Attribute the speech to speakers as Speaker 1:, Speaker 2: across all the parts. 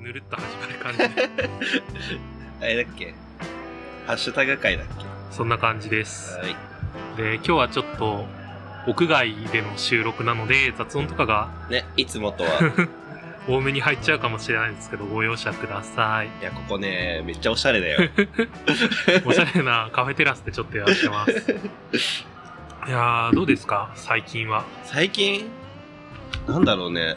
Speaker 1: ぬるっと始まる感 じ
Speaker 2: あれだっけハッシュタグ会だっけ
Speaker 1: そんな感じです
Speaker 2: はい。
Speaker 1: で今日はちょっと屋外での収録なので雑音とかが
Speaker 2: ね、いつも とは。
Speaker 1: 多めに入っちゃうかもしれないんですけどご容赦くださ い
Speaker 2: いや、ここね、めっちゃおしゃれだよ。
Speaker 1: おしゃれなカフェテラスでちょっとやってます いやーどうですか最近は
Speaker 2: 最近、なんだろうね。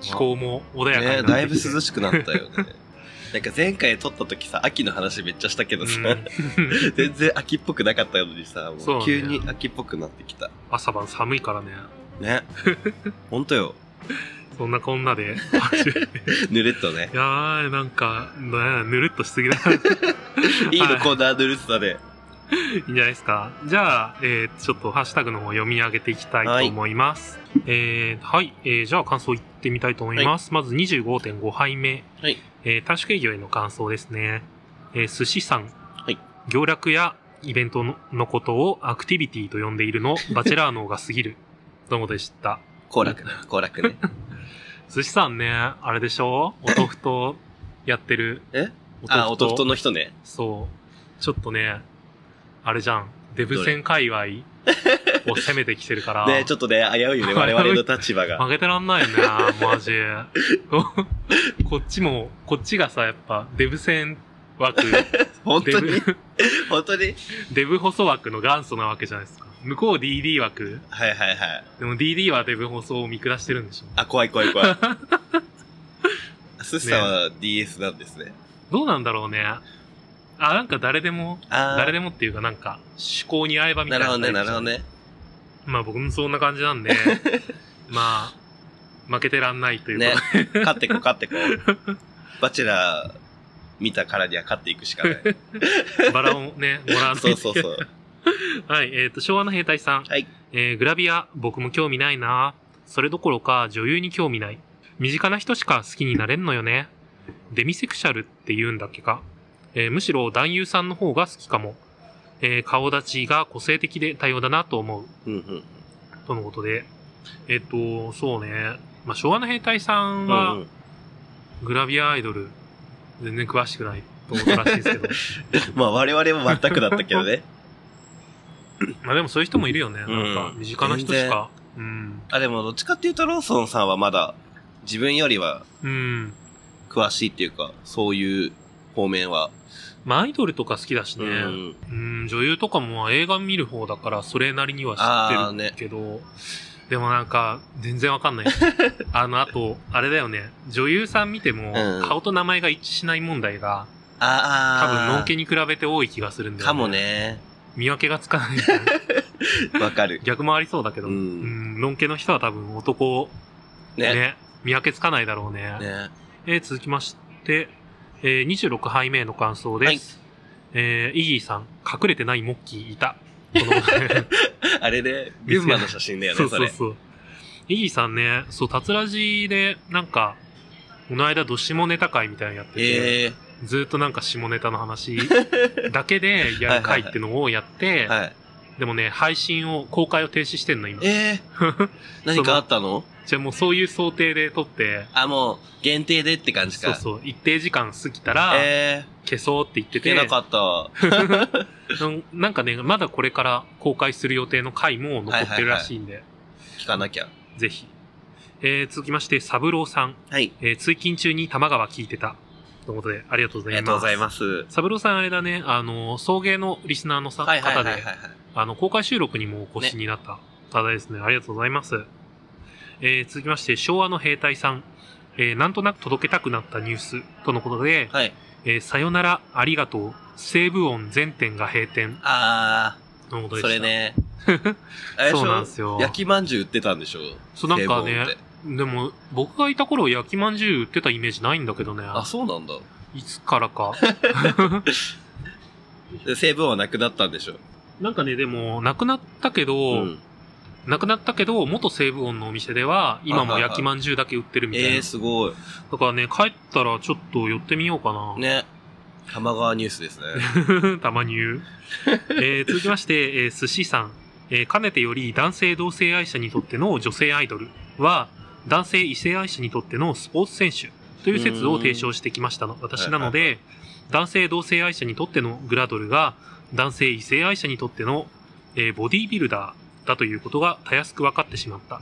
Speaker 1: 気候も穏やかになって
Speaker 2: ね、
Speaker 1: きて
Speaker 2: だいぶ涼しくなったよね。 なんか前回撮った時さ、秋の話めっちゃしたけどさ、
Speaker 1: うん
Speaker 2: 全然秋っぽくなかったのにさ、
Speaker 1: そう
Speaker 2: もう
Speaker 1: ね
Speaker 2: 急に秋っぽくなってきた。
Speaker 1: 朝晩寒いからね
Speaker 2: ね。ほんとよ。
Speaker 1: そんなこんなで
Speaker 2: ぬれっとね
Speaker 1: い。やーなんかねぬるっとしすぎだい
Speaker 2: いいの、
Speaker 1: はい
Speaker 2: こんなぬるさで。
Speaker 1: いんじゃないですかじゃあ、えーちょっとハッシュタグの方読み上げていきたいと思いますはい、えーはいえーじゃあ感想いってみたいと思います、まず25.5杯目
Speaker 2: はい。
Speaker 1: えー短縮営業への感想ですね。えー寿司さん。
Speaker 2: い
Speaker 1: 行略やイベントののことをアクティビティと呼んでいる の、バチェラー脳が過ぎる。どうもでした。
Speaker 2: 行楽な、行楽ね。
Speaker 1: 寿司さんね、あれでしょお豆腐とやってる。
Speaker 2: え あ、お豆腐との人ね。
Speaker 1: そう。ちょっとね、あれじゃん。デブ戦界隈を攻めてきてるから。
Speaker 2: ね、ちょっとね、危ういよね、我々の立場が。
Speaker 1: 負けてらんないよね、マジ。 こっちも、こっちがさ、やっぱ、デブ戦枠。
Speaker 2: 本当
Speaker 1: デ
Speaker 2: に
Speaker 1: ブ
Speaker 2: 本当に
Speaker 1: デブ細枠の元祖なわけじゃないですか。向こう DD 枠。
Speaker 2: はいはいはい。
Speaker 1: でも DD はデブ細を見下してるんでしょ。
Speaker 2: あ、怖い怖い怖い。スシさんは DS なんですね。
Speaker 1: どうなんだろうね。あ、なんか誰でも、
Speaker 2: あー
Speaker 1: 誰でもっていうかなんか、趣向に合えばみた
Speaker 2: ない
Speaker 1: な
Speaker 2: るほど
Speaker 1: タイプじゃ
Speaker 2: ね、
Speaker 1: ん。
Speaker 2: なるほどね。
Speaker 1: まあ僕もそんな感じ なんで、まあ、負けてらんないというか、
Speaker 2: ね、勝ってこ勝ってこ。バチェラー見たからには勝っていく しかない。
Speaker 1: バラをね、もらわないと
Speaker 2: そうそうそう。
Speaker 1: はい、えっ、と、昭和の兵隊さん。
Speaker 2: はい
Speaker 1: えーグラビア、僕も興味ないな。それどころか、女優に興味ない。身近な人しか好きになれんのよね。デミセクシャルって言うんだっけか。えーむしろ男優さんの方が好きかも。えー顔立ちが個性的で多様だなと思う。
Speaker 2: うんうん。
Speaker 1: とのことで。えっ、と、そうね。まあ、昭和の兵隊さん
Speaker 2: うん
Speaker 1: は
Speaker 2: う、ん
Speaker 1: グラビアアイドル、全然詳しくないと思ったらしいですけ ど。
Speaker 2: まあ我々も全くだったけどね。
Speaker 1: まあ、でもそういう人もいるよね。なん
Speaker 2: うん
Speaker 1: か、身近な人しか。うん。
Speaker 2: あ、でもどっちかっていうとローソンさんはまだ自分よりは
Speaker 1: うん。
Speaker 2: 詳しいっていうか、そういう方面は。
Speaker 1: まあ、アイドルとか好きだし
Speaker 2: う
Speaker 1: ね。
Speaker 2: ん。
Speaker 1: うん、女優とかも映画見る方だから、それなりには
Speaker 2: あ
Speaker 1: 知
Speaker 2: ー
Speaker 1: って
Speaker 2: ね
Speaker 1: るけど、でもなんか、全然わかん ない。あの、あと、あれだよね、女優さん見ても
Speaker 2: うん、
Speaker 1: 顔と名前が一致しない問題が、多分、
Speaker 2: ああ。
Speaker 1: ノンケに比べて多い気がするんだよね。
Speaker 2: かも。ね。
Speaker 1: 見分けがつかないみ たいな。
Speaker 2: わかる。
Speaker 1: 逆もありそうだけど、
Speaker 2: う
Speaker 1: うんん、ノンケの人は多分男、ね、
Speaker 2: ね。
Speaker 1: 見分けつかないだろうね。
Speaker 2: ね。
Speaker 1: えー続きまして、えー26杯目の感想です。
Speaker 2: はい
Speaker 1: えーイギーさん、隠れてないモッキーい た。この
Speaker 2: あれね、群馬の写真だよ
Speaker 1: そ
Speaker 2: ね、
Speaker 1: う
Speaker 2: そ
Speaker 1: そう
Speaker 2: れ。
Speaker 1: そう。イギーさんね、そう、たつらじで、なんか、この間、どしもネタ会みたいなのやってて、
Speaker 2: ええ
Speaker 1: ずーっとなんか下ネタの 話だけでやる会ってのをやって、
Speaker 2: はい。
Speaker 1: でもね、配信を、公開を停止してんの、今。
Speaker 2: ええ 何かあったの
Speaker 1: じゃあもうそういう想定で撮って、
Speaker 2: あ、もう、限定でって感じ
Speaker 1: そう
Speaker 2: か。
Speaker 1: そう、一定時間過ぎたら、
Speaker 2: ええ
Speaker 1: 消そうって言って
Speaker 2: 聞け
Speaker 1: て、
Speaker 2: なかった。
Speaker 1: なんなんかね、まだこれから公開する予定の回も残ってるらしいんで、
Speaker 2: 聞かな きゃ。
Speaker 1: ぜひ。えー、続きまして、サブローさん。
Speaker 2: はい。
Speaker 1: えー、通勤中に玉川聞いてた。ということで、ありがとうご
Speaker 2: あ
Speaker 1: ざ
Speaker 2: り
Speaker 1: います。。
Speaker 2: がとうございますす。
Speaker 1: サブローさん、あれだね、あの、送迎のリスナーのさ、
Speaker 2: はいはいはいは
Speaker 1: 方
Speaker 2: い
Speaker 1: で、
Speaker 2: はい。
Speaker 1: あの、公開収録にもお越しになった方ですね。ありがとうございます。えー、続きまして、昭和の兵隊さん。えー、なんとなく届けたくなったニュースとのことで、
Speaker 2: はい。
Speaker 1: えー、さよなら、ありがとう、西武音全店が閉店
Speaker 2: あ
Speaker 1: のことでし
Speaker 2: ー、
Speaker 1: た。
Speaker 2: それ ね。あれしょ
Speaker 1: そうなんですよ。
Speaker 2: 焼きまんじゅう売ってたんでしょ
Speaker 1: そうなんかね
Speaker 2: 西武園って
Speaker 1: でも、僕がいた頃、焼きまんじゅう売ってたイメージないんだけどね。
Speaker 2: あ、そうなんだ。
Speaker 1: いつから か。
Speaker 2: で成分はなくなったんでしょ
Speaker 1: なんかね、でも、なくなったけ
Speaker 2: う
Speaker 1: ど、
Speaker 2: ん。
Speaker 1: なくなったけど、元西武音のお店では、今も
Speaker 2: はいはいはい
Speaker 1: 焼きまんじゅうだけ売ってるみたいな。
Speaker 2: ええすごい。
Speaker 1: だからね、帰ったらちょっと寄ってみようかな。
Speaker 2: ね。玉川ニュースで すね。
Speaker 1: たまに言う。えー続きまして、えー寿司さん。えーかねてより男性同性愛者にとっての女性アイドルは、男性異性愛者にとってのスポーツ選手。という説を提唱してきましたの、私なので、男性同性愛者にとってのグラドルが、男性異性愛者にとっての、えーボディービルダーだということがたやすく分かってしまった。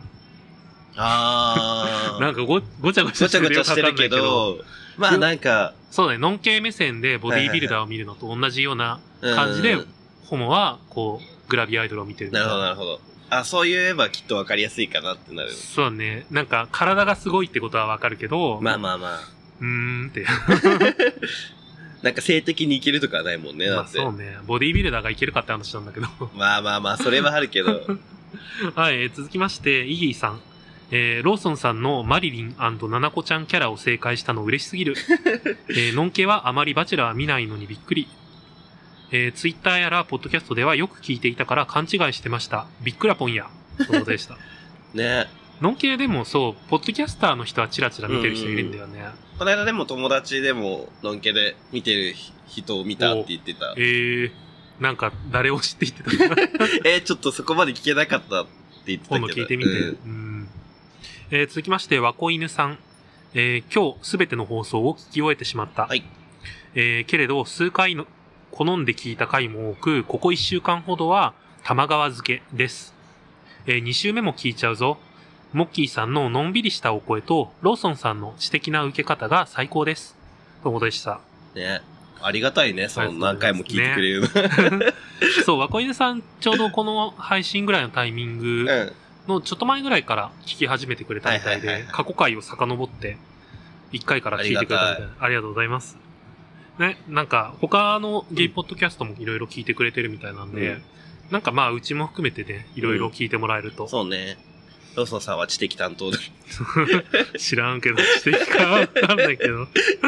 Speaker 2: あー。
Speaker 1: なんかご、ごちゃごちゃし
Speaker 2: ごち
Speaker 1: て
Speaker 2: ゃご
Speaker 1: る
Speaker 2: ち
Speaker 1: よ
Speaker 2: ゃ
Speaker 1: くわか
Speaker 2: して
Speaker 1: んない
Speaker 2: る
Speaker 1: け
Speaker 2: け
Speaker 1: ど、
Speaker 2: ど、まあなんか、
Speaker 1: そうだね、ノン系目線でボディービルダーを見るのと同じような
Speaker 2: うん
Speaker 1: 感じで、ホモは、こう、グラビアアイドルを見てるみた
Speaker 2: ないるほど、なるほど。あ、そう言えばきっとわかりやすいかなってなる。
Speaker 1: そうだね。なんか、体がすごいってことはわかるけど、
Speaker 2: まあまあまあ。
Speaker 1: うーんって。
Speaker 2: なんか性的にいけるとかはないもんね、だ
Speaker 1: まあ
Speaker 2: って。
Speaker 1: そうね。ボディービルダーがいけるかって話なんだけど。
Speaker 2: まあまあまあ、それはある けど。
Speaker 1: はい、えー続きまして、イギーさん。えーローソンさんのマリリンナナコちゃんキャラを正解したの嬉しすぎ る。えーノンケはあまりバチェラー見ないのにびっくり。えーツイッターやら、ポッドキャストではよく聞いていたから勘違いしてました。びっくらぽんや。そうで した。
Speaker 2: ね。
Speaker 1: ノンケでもそう、ポッドキャスターの人はチラチラ見てる人いるんだよね。
Speaker 2: この間でも友達でも、のんけで見てる人を見たって言ってた。
Speaker 1: えー、なんか誰を知って言ってた
Speaker 2: えー、ちょっとそこまで聞けなかったって言ってたけ
Speaker 1: 今
Speaker 2: ど。
Speaker 1: 度聞いてみて。
Speaker 2: うん
Speaker 1: うんえー続きまして、和子犬さん。えー今日すべての放送を聞き終えてしまった。
Speaker 2: はい。
Speaker 1: えーけれど、数回の、好んで聞いた回も多く、ここ1週間ほどは、玉川漬けです。え2週目も聞いちゃうぞ。モッキーさんののんびりしたお声と、ローソンさんの知的な受け方が最高です。ということでした。
Speaker 2: ね。ありがたいね、その何回も聞いてくれる。
Speaker 1: そう、和子犬さん、ちょうどこの配信ぐらいのタイミング
Speaker 2: うん。
Speaker 1: のちょっと前ぐらいから聞き始めてくれたみたい
Speaker 2: はいはい
Speaker 1: で
Speaker 2: はい、は
Speaker 1: 過去回を遡って、1回から聞いてくれたみたいな。ありがとうございます。ね、なんか、他のゲイポッドキャストもいろいろ聞いてくれてるみたいなんで、
Speaker 2: うん
Speaker 1: なんかまあ、うちも含めてね、いろいろ聞いてもらえると。
Speaker 2: そうね。ローソンさんは知的担当で。
Speaker 1: 知らんけど、指摘かわかんないけど。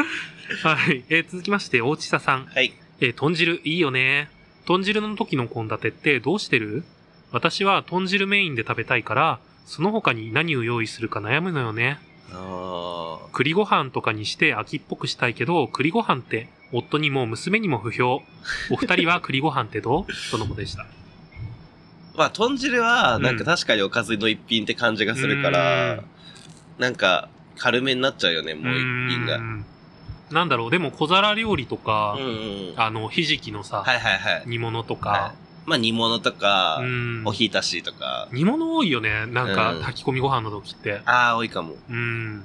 Speaker 1: はい。えー続きまして、大地佐さん。
Speaker 2: はい。
Speaker 1: えー豚汁いいよね。豚汁の時の献立ってどうしてる私は豚汁メインで食べたいから、その他に何を用意するか悩むのよね。
Speaker 2: あ
Speaker 1: 栗ご飯とかにして秋っぽくしたいけど、栗ご飯って夫にも娘にも不評。お二人は栗ご飯ってどうとのことで した。
Speaker 2: ー。まあ、豚汁は、なん
Speaker 1: う
Speaker 2: か
Speaker 1: ん
Speaker 2: 確かにおかずの一品って感じがするから、
Speaker 1: うん
Speaker 2: なんか、軽めになっちゃうよね、もう一品
Speaker 1: うー
Speaker 2: が。
Speaker 1: んなんだろう、でも小皿料理とか
Speaker 2: うん、うん。
Speaker 1: あの、ひじきのさ、
Speaker 2: はいはいはい。
Speaker 1: 煮物と
Speaker 2: は
Speaker 1: か、
Speaker 2: いまあ、煮物とか
Speaker 1: う、ん
Speaker 2: おひたしとか。
Speaker 1: 煮物多いよね。なんか
Speaker 2: うん
Speaker 1: 炊き込みご飯の時って。
Speaker 2: ああ、多いかも。
Speaker 1: うん。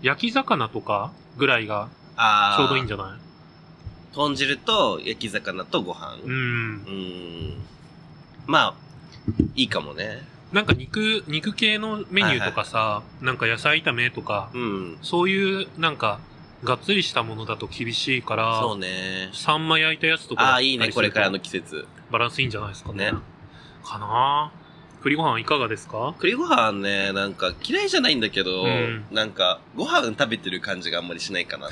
Speaker 1: 焼き魚とかぐらいが
Speaker 2: ああ。
Speaker 1: ちょうどいいん
Speaker 2: じ
Speaker 1: じゃない
Speaker 2: ゃん。豚汁と焼き魚とご飯。
Speaker 1: う。
Speaker 2: うんーん。まあ、いいかもね。
Speaker 1: なんか肉、肉系のメニューとかさ、なんか野菜炒めとか、
Speaker 2: うん。
Speaker 1: そういうなんか、がっつりしたものだと厳しいから、
Speaker 2: そうね。
Speaker 1: サンマ焼いたやつとかだ
Speaker 2: あ
Speaker 1: った
Speaker 2: あ、
Speaker 1: り
Speaker 2: いい
Speaker 1: する
Speaker 2: ね、
Speaker 1: と
Speaker 2: これからの季節。
Speaker 1: バランスいいんじゃないですかね。
Speaker 2: ね
Speaker 1: かなぁ。栗ご飯いかがですか
Speaker 2: 栗ご飯ね、なんか嫌いじゃないんだけど、
Speaker 1: うん
Speaker 2: なんか、ご飯食べてる感じがあんまりしない かな。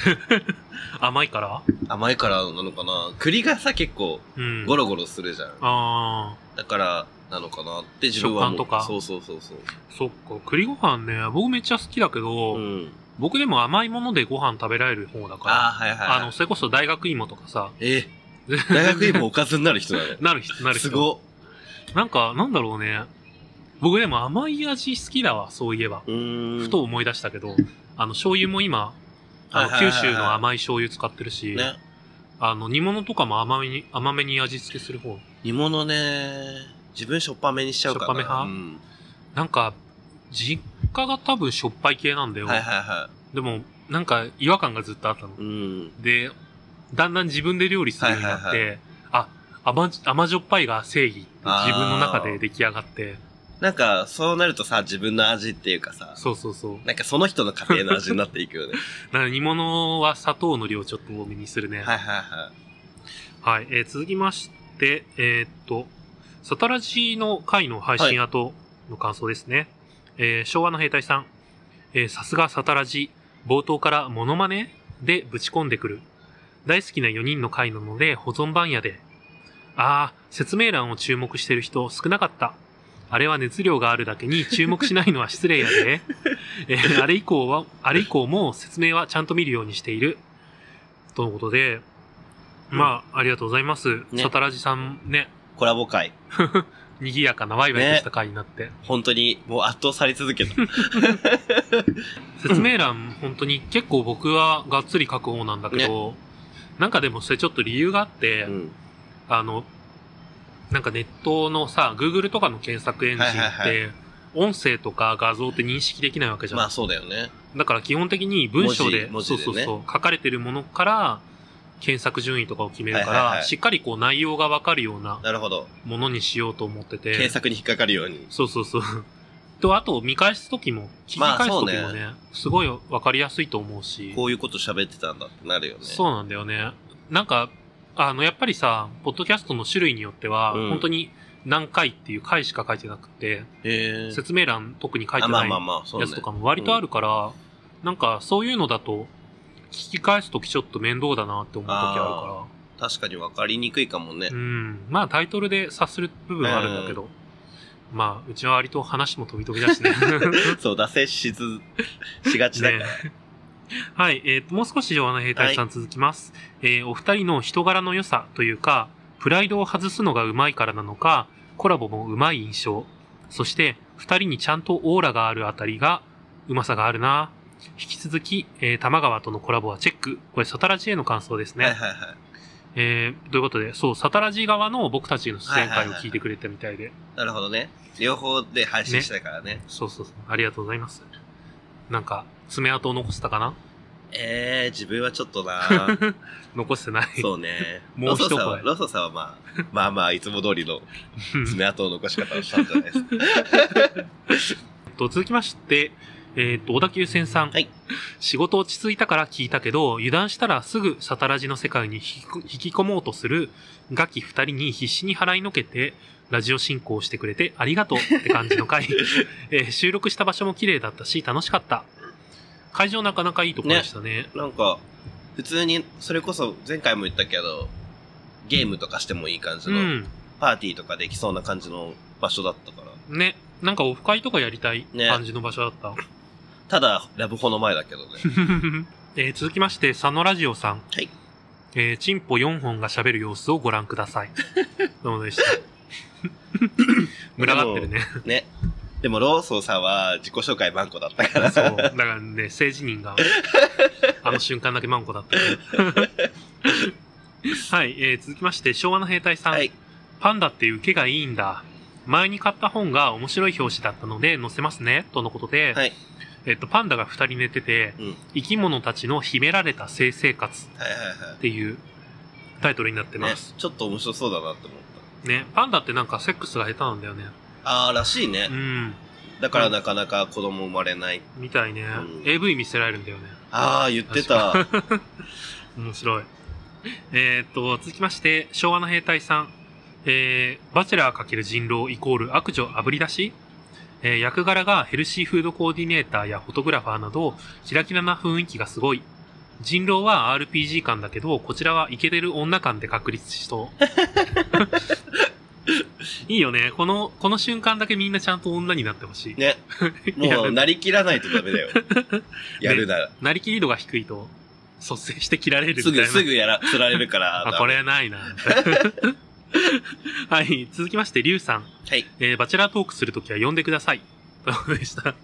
Speaker 1: 甘いから
Speaker 2: 甘いからなのかな。栗がさ、結構、
Speaker 1: うん。
Speaker 2: ゴロゴロするじゃん。
Speaker 1: あ
Speaker 2: だから、なのかなって自分は思う
Speaker 1: 食感とか
Speaker 2: そうそうそうそう。
Speaker 1: ー、そっか。栗ご飯ね、僕めっちゃ好きだけど、
Speaker 2: うん。
Speaker 1: 僕でも甘いものでご飯食べられる方だから、
Speaker 2: ああ、はいはいはい。
Speaker 1: あの、それこそ大学芋とかさ、
Speaker 2: え、大学院もおかずになる人なの
Speaker 1: なる人、なる人。
Speaker 2: すごっ。
Speaker 1: なんか、なんだろうね。僕でも甘い味好きだわ、そういえば。
Speaker 2: うーん。
Speaker 1: ふと思い出したけど、あの、醤油も今、あの、
Speaker 2: はいは
Speaker 1: 九
Speaker 2: いはいはい
Speaker 1: 州の甘い醤油使ってるし、
Speaker 2: ね。
Speaker 1: あの、煮物とかも甘めに、甘めに味付けする方。
Speaker 2: 煮物ね、自分しょっぱめにしちゃうからな。
Speaker 1: しょっぱめ
Speaker 2: うん
Speaker 1: なんか、実家が多分しょっぱい系なんだよ。
Speaker 2: はいはいは
Speaker 1: でも、なんか違和感がずっとあったの。
Speaker 2: い。うん。
Speaker 1: で、だんだん自分で料理するようになって、
Speaker 2: はいは
Speaker 1: あ、甘じ、甘じょっぱいが正義って自分の中で出来上がって、
Speaker 2: なんか、そうなるとさ、自分の味っていうかさ、
Speaker 1: そうそうそう。
Speaker 2: なんかその人の家庭の味になっていくよね。
Speaker 1: なので煮物は砂糖の量ちょっと多めにするね。
Speaker 2: はいはいは
Speaker 1: はい、えー続きまして、えーっと、サタラジの回の配信後の感想ですね。えー昭和の兵隊さん、えーさすがサタラジ、冒頭からモノマネでぶち込んでくる。大好きな4人の回なので保存版やで。あー、説明欄を注目してる人少なかった。あれは熱量があるだけに注目しないのは失礼やで。えーあれ以降は、あれ以降も説明はちゃんと見るようにしている。とのことで、まあ、ありがとうございます。
Speaker 2: ね
Speaker 1: サタラジさんね、
Speaker 2: い。コラボ会。
Speaker 1: 賑やかなワイワイとした回になって。
Speaker 2: 本当に、もう圧倒され続けた。
Speaker 1: 説明欄、本当に結構僕はがっつり書く方なんだけど、なんかでもそれちょっと理由があって、
Speaker 2: うん。
Speaker 1: あの、なんかネットのさ、Google とかの検索エンジンって、
Speaker 2: はいはい
Speaker 1: 音声とか画像って認識できないわけじゃん。
Speaker 2: まあそうだよね。
Speaker 1: だから基本的に文章で
Speaker 2: 文字
Speaker 1: そ
Speaker 2: 文字でね
Speaker 1: うそうそう、書かれてるものから、検索順位とかを決めるから、
Speaker 2: はいはいはい
Speaker 1: しっかりこう内容がわかるような
Speaker 2: なるほど。
Speaker 1: ものにしようと思ってて。
Speaker 2: 検索に引っかかるように。
Speaker 1: そうそうそう。 と、あと、見返すときも、聞き返すときもね,、
Speaker 2: まあそう
Speaker 1: すごいわかりやすいと思うし、
Speaker 2: こういうこと喋ってたんだってなるよね。
Speaker 1: そうなんだよね。なんか、あの、やっぱりさ、ポッドキャストの種類によっては、
Speaker 2: うん
Speaker 1: 本当に何回っていう回しか書いてなくて、
Speaker 2: へえ。
Speaker 1: 説明欄特に書い
Speaker 2: あ、
Speaker 1: て
Speaker 2: ま
Speaker 1: な
Speaker 2: あ
Speaker 1: い
Speaker 2: まあ
Speaker 1: や
Speaker 2: まあ、そうね
Speaker 1: つと。かも割とあるから、なんかそういうのだと、聞き返すときちょっと面倒だなって思うときあ
Speaker 2: 確かに分かりにくいかもね
Speaker 1: るから。う。ん。まあタイトルで察する部分はあるんだけど、まあうちは割と話も飛び飛びだし ね。
Speaker 2: そう、脱線 しず、しがちだから。
Speaker 1: ねはい、えーともう少し上の兵隊さん続きます、えーお二人の人柄の良さというかプライドを外すのがうまいからなのかコラボもうまい印象そして二人にちゃんとオーラがあるあたりがうまさがあるな引き続き、えー玉川とのコラボはチェックこれサタラジへの感想ですね、
Speaker 2: はいはいはい。
Speaker 1: えーということでそうサタラジ側の僕たちの出演会を聞いてくれたみたいで、
Speaker 2: なるほどね。両方で配信してたからね。
Speaker 1: そうそうそうありがとうございますなんか爪痕を残したかな
Speaker 2: ええー、自分はちょっとな
Speaker 1: 残してない
Speaker 2: そうね。
Speaker 1: もう
Speaker 2: ロ
Speaker 1: 一
Speaker 2: ソ
Speaker 1: 声
Speaker 2: さんは、ロソさんはまあ、まあまあ、いつも通りの爪痕を残し方をしたんじゃないですか。
Speaker 1: と続きまして、えーっと小田急線さん、
Speaker 2: はい
Speaker 1: 仕事落ち着いたから聞いたけど油断したらすぐサタラジの世界に引きこ引き込もうとするガキ2人に必死に払いのけてラジオ進行してくれてありがとうって感じの 回、えー収録した場所も綺麗だったし楽しかった会場なかなかいいところでしたね
Speaker 2: なんか、普通に、それこそ前回も言ったけど、ゲームとかしてもいい感じ
Speaker 1: う
Speaker 2: の、
Speaker 1: ん
Speaker 2: パーティーとかできそうな感じの場所だったから。
Speaker 1: ねなんかオフ会とかやりたい
Speaker 2: ね
Speaker 1: 感じの場所だった、
Speaker 2: ただ、ラブホの前だけどね。
Speaker 1: えー続きまして佐野ラジオさん、
Speaker 2: はい
Speaker 1: えーチンポ4本が喋る様子をご覧くださ いどうもでした群がってるね
Speaker 2: ね。でも、ローソンさんは自己紹介番号だっ たから。
Speaker 1: そうだからね政治人 があの瞬間だけマンコだったけどはい、えー続きまして昭和の兵隊さん、
Speaker 2: はい。
Speaker 1: パンダって受けがいいんだ前に買った本が面白い表紙だったので載せますねとのことで、
Speaker 2: はい。
Speaker 1: えっとパンダが2人寝てて
Speaker 2: うん。はい
Speaker 1: 生き物たちの秘められた性生活
Speaker 2: はいは
Speaker 1: っていうタイトルになって
Speaker 2: い。ね
Speaker 1: ます。、
Speaker 2: ちょっと面白そうだなって思っ
Speaker 1: ねパンダってなんかセックスが下手なんだよね。
Speaker 2: た。あー、らしいね
Speaker 1: う。ん、
Speaker 2: だからなかなか子供生まれない。
Speaker 1: みたいね、
Speaker 2: ん
Speaker 1: AV 見せられるんだよね。
Speaker 2: あー、言ってた。は
Speaker 1: 面白い。えーっと、続きまして、昭和の兵隊さん。えー、バチェラー×人狼イコール悪女あぶり出しえー役柄がヘルシーフードコーディネーターやフォトグラファーなど、キラキラな雰囲気がすごい。人狼は RPG 感だけど、こちらはイケてる女感で確立し そう。いいよね。この、この瞬間だけみんなちゃんと女になってほしい。
Speaker 2: ね
Speaker 1: や
Speaker 2: もう、なりきらないとダメだ よ。やるなら。
Speaker 1: なりきり度が低いと、率先して切られるみた
Speaker 2: す
Speaker 1: いな。
Speaker 2: ぐ、すぐやら、釣られるか ら。
Speaker 1: あ、
Speaker 2: ダメ
Speaker 1: これはないな。はい、続きまして、リュウさん。
Speaker 2: はい。
Speaker 1: えーバチェラートークするときは呼んでください。ということでした。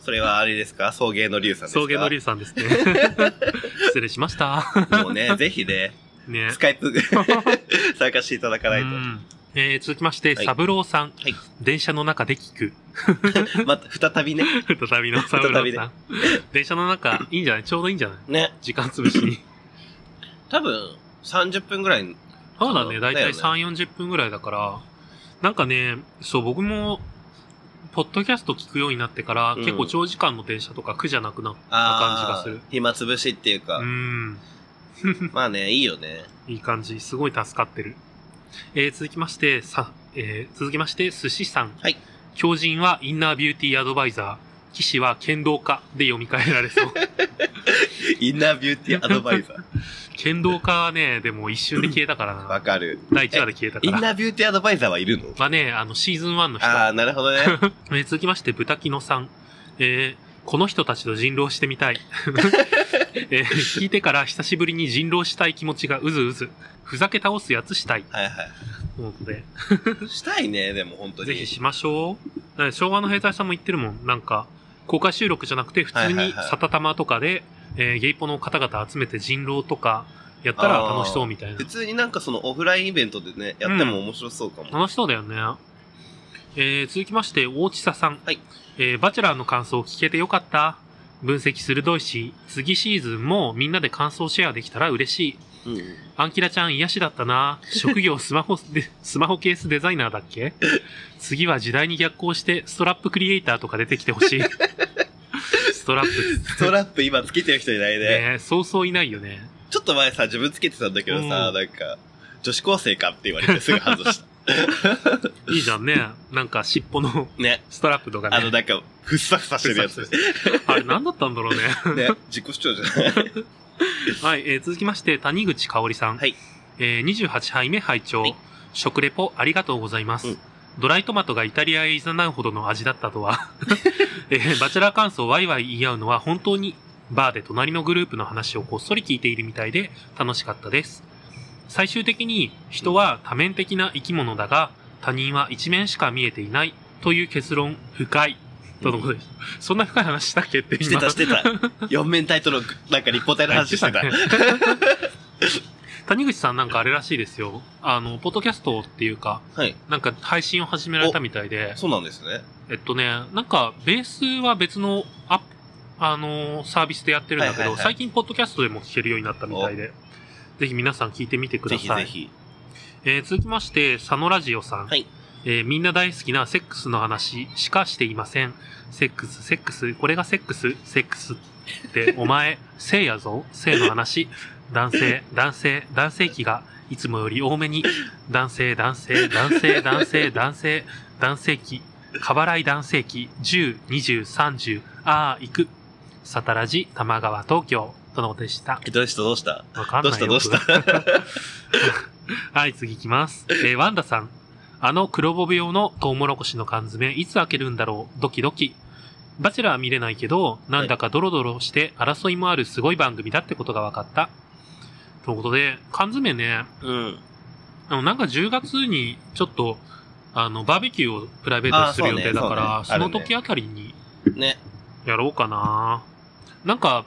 Speaker 2: それはあれですか送迎の竜さんですか
Speaker 1: 送迎のリュウさんです ね。失礼しました。
Speaker 2: もう ね、ぜひね、
Speaker 1: ね。
Speaker 2: スカイプ 参加していただかない
Speaker 1: うんえー続きまして、
Speaker 2: はい
Speaker 1: サブローさん。
Speaker 2: はい
Speaker 1: 電車の中で聞く。
Speaker 2: と。また、 再びね。
Speaker 1: 再びのサブローさん。電車の中、いいんじゃないちょうどいいんじゃない
Speaker 2: ね。
Speaker 1: 時間潰しに。
Speaker 2: 多分、30分ぐらい。
Speaker 1: そうだね。だいたい
Speaker 2: そうだ
Speaker 1: 3、40分ぐらいだから。なんかね、そう、僕も、ポッドキャスト聞くようになってから、
Speaker 2: うん
Speaker 1: 結構長時間の電車とか苦じゃなくなった感じが
Speaker 2: あ
Speaker 1: す
Speaker 2: ー
Speaker 1: る。
Speaker 2: 暇つぶしっていうか
Speaker 1: う。ん。
Speaker 2: まあね、いいよね。
Speaker 1: いい感じ。すごい助かってる。えー続きまして、さ、えー続きまして、寿司さん。
Speaker 2: はい
Speaker 1: 狂人はインナービューティーアドバイザー。騎士は剣道家で読み替えられ そう。
Speaker 2: インナービューティーアドバイザー。
Speaker 1: 剣道家はね、でも一瞬で消えたから
Speaker 2: わ
Speaker 1: な。
Speaker 2: かる。
Speaker 1: 第1話で消えた
Speaker 2: イン
Speaker 1: から。
Speaker 2: ナービューティーアドバイザーはいるの
Speaker 1: はね、 あの、シーズン1の人。
Speaker 2: ああ、なるほどね。
Speaker 1: え ー続きまして、ブタキノさん。えーこの人たちと人狼してみたい。えー聞いてから久しぶりに人狼したい気持ちがうずうず。ふざけ倒すやつしたい。
Speaker 2: はいは
Speaker 1: ということで、
Speaker 2: い。したいね、でも本当に。
Speaker 1: ぜひしましょう。ね昭和の兵隊さんも言ってるもん。なんか、公開収録じゃなくて、普通
Speaker 2: はい
Speaker 1: に
Speaker 2: はいはい
Speaker 1: サタタマとかで、えーゲイポの方々集めて人狼とかやったら楽しそうみたいな
Speaker 2: 普。通になんかそのオフラインイベントでね、やっても面白そうかも。
Speaker 1: 楽しそうだよね。えー続きまして、大地佐さん。
Speaker 2: はい
Speaker 1: えーバチェラーの感想を聞けてよかった。分析鋭いし、次シーズンもみんなで感想シェアできたら嬉しい。
Speaker 2: うん。
Speaker 1: アンキラちゃん癒しだったな。職業スマホで、 スマホケースデザイナーだっけ次は時代に逆行して、ストラップクリエイターとか出てきてほ しい。ストラップ。
Speaker 2: ストラップ今つけてる人いないね。
Speaker 1: ねそうそういないよね。
Speaker 2: ちょっと前さ、自分つけてたんだけどさ、
Speaker 1: うん
Speaker 2: なんか、女子高生かって言われてすぐ 外した。
Speaker 1: いいじゃんね。なんか尻尾の
Speaker 2: ね。
Speaker 1: ストラップとかね。
Speaker 2: あの、なんか、ふっさふさしてるやつ。
Speaker 1: あれ何だったんだろうね。
Speaker 2: ね。自己主張 じゃない。
Speaker 1: はい、えー続きまして、谷口香織さん。
Speaker 2: はい
Speaker 1: えー28杯目拝聴、
Speaker 2: はい
Speaker 1: 食レポありがとうございます。
Speaker 2: うん
Speaker 1: ドライトマトがイタリアへ誘うほどの味だったと は。えーバチェラー感想ワイワイ言い合うのは本当にバーで隣のグループの話をこっそり聞いているみたいで楽しかったです。最終的に人は多面的な生き物だが他人は一面しか見えていないという結論深い。とのことです。そんな深い話したっけって
Speaker 2: してたしてた。四面体との、なんか立方体の話してた。
Speaker 1: ね谷口さんなんかあれらしいですよ。あの、ポッドキャストっていうか、
Speaker 2: はい。
Speaker 1: なんか配信を始められたみたいで、
Speaker 2: そうなんですね。
Speaker 1: えっとね、なんかベースは別のアップ、あのーサービスでやってるんだけど、
Speaker 2: はいはいはい
Speaker 1: 最近ポッドキャストでも聞けるようになったみたいで、ぜひ皆さん聞いてみてく
Speaker 2: ぜ
Speaker 1: だ
Speaker 2: ひ
Speaker 1: さい。
Speaker 2: ぜひ。
Speaker 1: えー続きまして、佐野ラジオさん。
Speaker 2: はい
Speaker 1: えーみんな大好きなセックスの話しかしていません。セックス、セックス、これがセックス、セックス って、お前、性やぞ、性の話。男性、男性、男性器が、いつもより多めに、男性、男性、男性、男性、男性、男性器、過払い男性器、10、20、30、あー、行く。サタラジ、玉川、東京、とのことでした。
Speaker 2: え、どうしたどうした
Speaker 1: わかん
Speaker 2: ど
Speaker 1: ない
Speaker 2: うした
Speaker 1: よ
Speaker 2: どうした
Speaker 1: はい、次行きます。えーワンダさん。あの黒ボブ用のトウモロコシの缶詰、いつ開けるんだろうドキドキ。バチェラーは見れないけど、なんだかドロドロして争いもあるすごい番組だってことが分かった。ということで、缶詰ね、
Speaker 2: うん。
Speaker 1: あのなんか10月にちょっと、あの、バーベキューをプライベートでする予定だから、
Speaker 2: あー
Speaker 1: そ
Speaker 2: そうねそうね
Speaker 1: の時あたりに
Speaker 2: ね。
Speaker 1: やろうかな。なんか、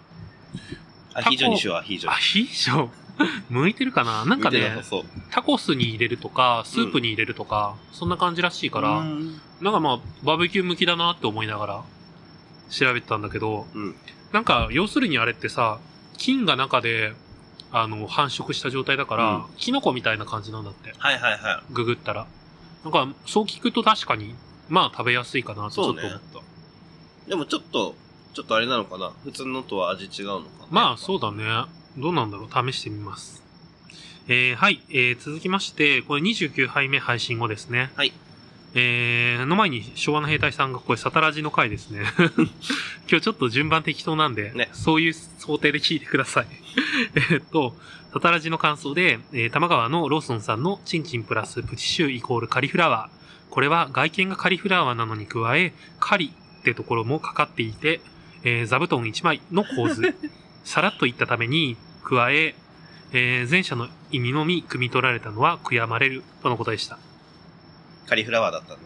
Speaker 2: アヒージョにしよう、アヒージョ
Speaker 1: ア。ヒージョ、 向いてるかななんか
Speaker 2: 見てな
Speaker 1: ね
Speaker 2: さ、そう。
Speaker 1: タコスに入れるとか、スープに入れるとか、そんな感じらしいから、
Speaker 2: うん
Speaker 1: なんかまあ、バーベキュー向きだなって思いながら調べてたんだけど、
Speaker 2: うん
Speaker 1: なんか、要するにあれってさ、菌が中で、あの、繁殖した状態だから、
Speaker 2: うん
Speaker 1: キノコみたいな感じなんだって、
Speaker 2: はいはいは
Speaker 1: ググったら。なんか、そう聞くと確かに、まあ食べやすいかなとち
Speaker 2: そ
Speaker 1: ょ
Speaker 2: う
Speaker 1: っ
Speaker 2: ね
Speaker 1: と思った。
Speaker 2: い。でもちょっと、ちょっとあれなのかな普通のとは味違うのかな
Speaker 1: まあ、そうだね。どうなんだろう試してみます。えーはい、えー続きまして、これ29杯目配信後ですね。
Speaker 2: はい。
Speaker 1: えーの前に昭和の兵隊さんがこれサタラジの回ですね。 今日ちょっと順番適当なんで、
Speaker 2: ね
Speaker 1: そういう想定で聞いてください。 えーっと、サタラジの感想で、えー玉川のローソンさんのチンチンプラスプチシューイコールカリフラワー。これは外見がカリフラワーなのに加え、カリってところもかかっていて、えー座布団1枚の構図。さらっと言ったために、加え、えー前者の意味のみ汲み取られたのは悔やまれるとのことでした。
Speaker 2: カリフラワーだったんだね。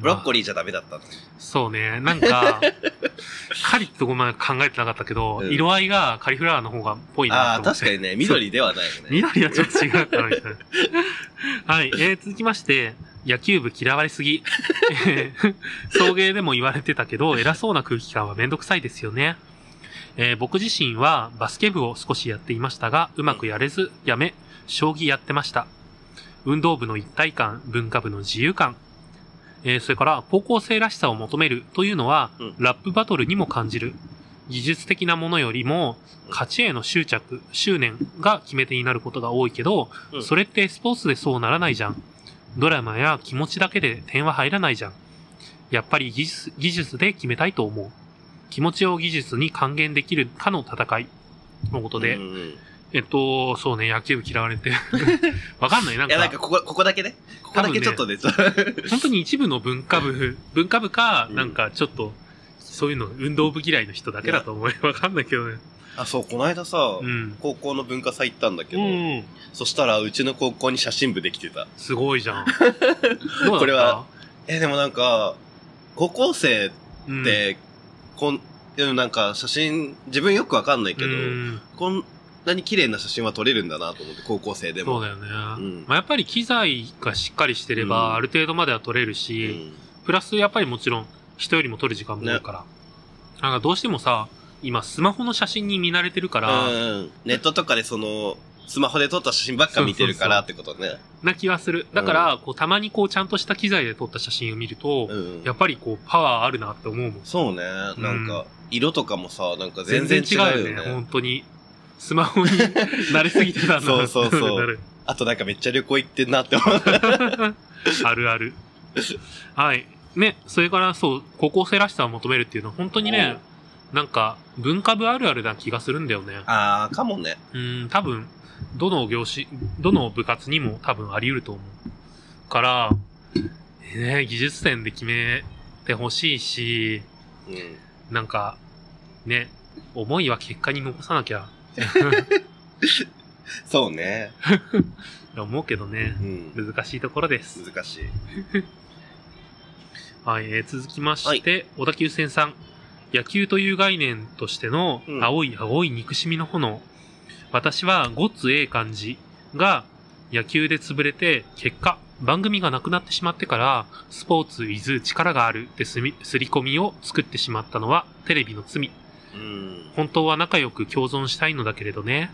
Speaker 2: ブロッコリーじゃダメだったんだね。
Speaker 1: そうね。なん か、カリってとこまで考えてなかったけど、
Speaker 2: うん
Speaker 1: 色合いがカリフラワーの方がっぽい
Speaker 2: あ
Speaker 1: な
Speaker 2: あー、
Speaker 1: と思っ
Speaker 2: 確か
Speaker 1: て。
Speaker 2: にね、緑ではないよね。
Speaker 1: 緑はちょっと違うからみたいな。はい、えー続きまして、野球部嫌われすぎ。 えー送迎でも言われてたけど、偉そうな空気感はめんどくさいですよね。えー僕自身はバスケ部を少しやっていましたが、うまくやれず、やめ、将棋やってました。運動部の一体感、文化部の自由感。えーそれから、高校生らしさを求めるというのは、
Speaker 2: うん
Speaker 1: ラップバトルにも感じる。技術的なものよりも、勝ちへの執着、執念が決め手になることが多いけど、
Speaker 2: うん
Speaker 1: それってスポーツでそうならないじゃん。ドラマや気持ちだけで点は入らないじゃん。やっぱり技術技術で決めたいと思う。気持ちを技術に還元できるかの戦い。のことで、
Speaker 2: うんうん
Speaker 1: えっと、そうね、野球部嫌われ て。わかんない、なん
Speaker 2: いや、なんか
Speaker 1: か、
Speaker 2: ここ、ここだけね。ここだけちょっとね、ちょっと
Speaker 1: 本当に一部の文化部、文化部か、
Speaker 2: うん
Speaker 1: なんかちょっと、そういうの、運動部嫌いの人だけだと思う。わかんないけどね。
Speaker 2: あ、そう、この間さ、
Speaker 1: うん。
Speaker 2: 高校の文化祭行ったんだけ
Speaker 1: う
Speaker 2: ど、
Speaker 1: ん。
Speaker 2: そしたらうちの高校に写真部できてた。
Speaker 1: すごいじゃ ん。どうだった
Speaker 2: これは、え、でもなんか、高校生っ
Speaker 1: うん、
Speaker 2: て、こん、でもなんか写真、自分よくわかんないけど、
Speaker 1: うん
Speaker 2: こんなに綺麗な写真は撮れるんだなと思って、高校生で
Speaker 1: そう
Speaker 2: も。
Speaker 1: だよね。
Speaker 2: ん
Speaker 1: まあ、やっぱり機材がしっかりしてれ
Speaker 2: うん
Speaker 1: ば、ある程度までは取れる
Speaker 2: う
Speaker 1: し、
Speaker 2: ん
Speaker 1: プラスやっぱりもちろん人よりも取る時間も多いから。なんかどうしてもさ、今スマホの写真に見慣れてるから、
Speaker 2: うん。ネットとかでその、スマホで撮った写真ばっか見てるからってことね。
Speaker 1: な気はする。だから、こう、たまにこう、ちゃんとした機材で撮った写真を見ると、
Speaker 2: うん
Speaker 1: やっぱりこう、パワーあるなって思うもん。
Speaker 2: そうね。なんか、色とかもさ、なんか全
Speaker 1: 全
Speaker 2: 然
Speaker 1: 然違
Speaker 2: 違
Speaker 1: うよ
Speaker 2: う
Speaker 1: ね、
Speaker 2: よね。
Speaker 1: 本当に。スマホに 慣れすぎてたんだな
Speaker 2: そうそうそう
Speaker 1: なる
Speaker 2: あとなんかめっちゃ旅行行ってんなって思う。
Speaker 1: なる あるある。はい。ね、それからそう、高校生らしさを求めるっていうのは、本当にね、なんか、文化部あるあるな気がするんだよね。
Speaker 2: あー、 かもね。
Speaker 1: うん、多分、どの業種、どの部活にも多分あり得ると思う。から、ね、技術点で決めてほしいし、
Speaker 2: うん。
Speaker 1: なんか、ね、思いは結果に残さなきゃ、
Speaker 2: そうね。
Speaker 1: 思うけどね
Speaker 2: う、ん。
Speaker 1: 難しいところです。
Speaker 2: 難しい。
Speaker 1: はい、えー続きまして、小田急線さん。野球という概念としての
Speaker 2: うん
Speaker 1: 青い青い憎しみの炎。私はごっつええ感じが野球で潰れて結果番組がなくなってしまってからスポーツイズ力があるってすみすり込みを作ってしまったのはテレビの罪。
Speaker 2: うん。
Speaker 1: 本当は仲良く共存したいのだけれどね。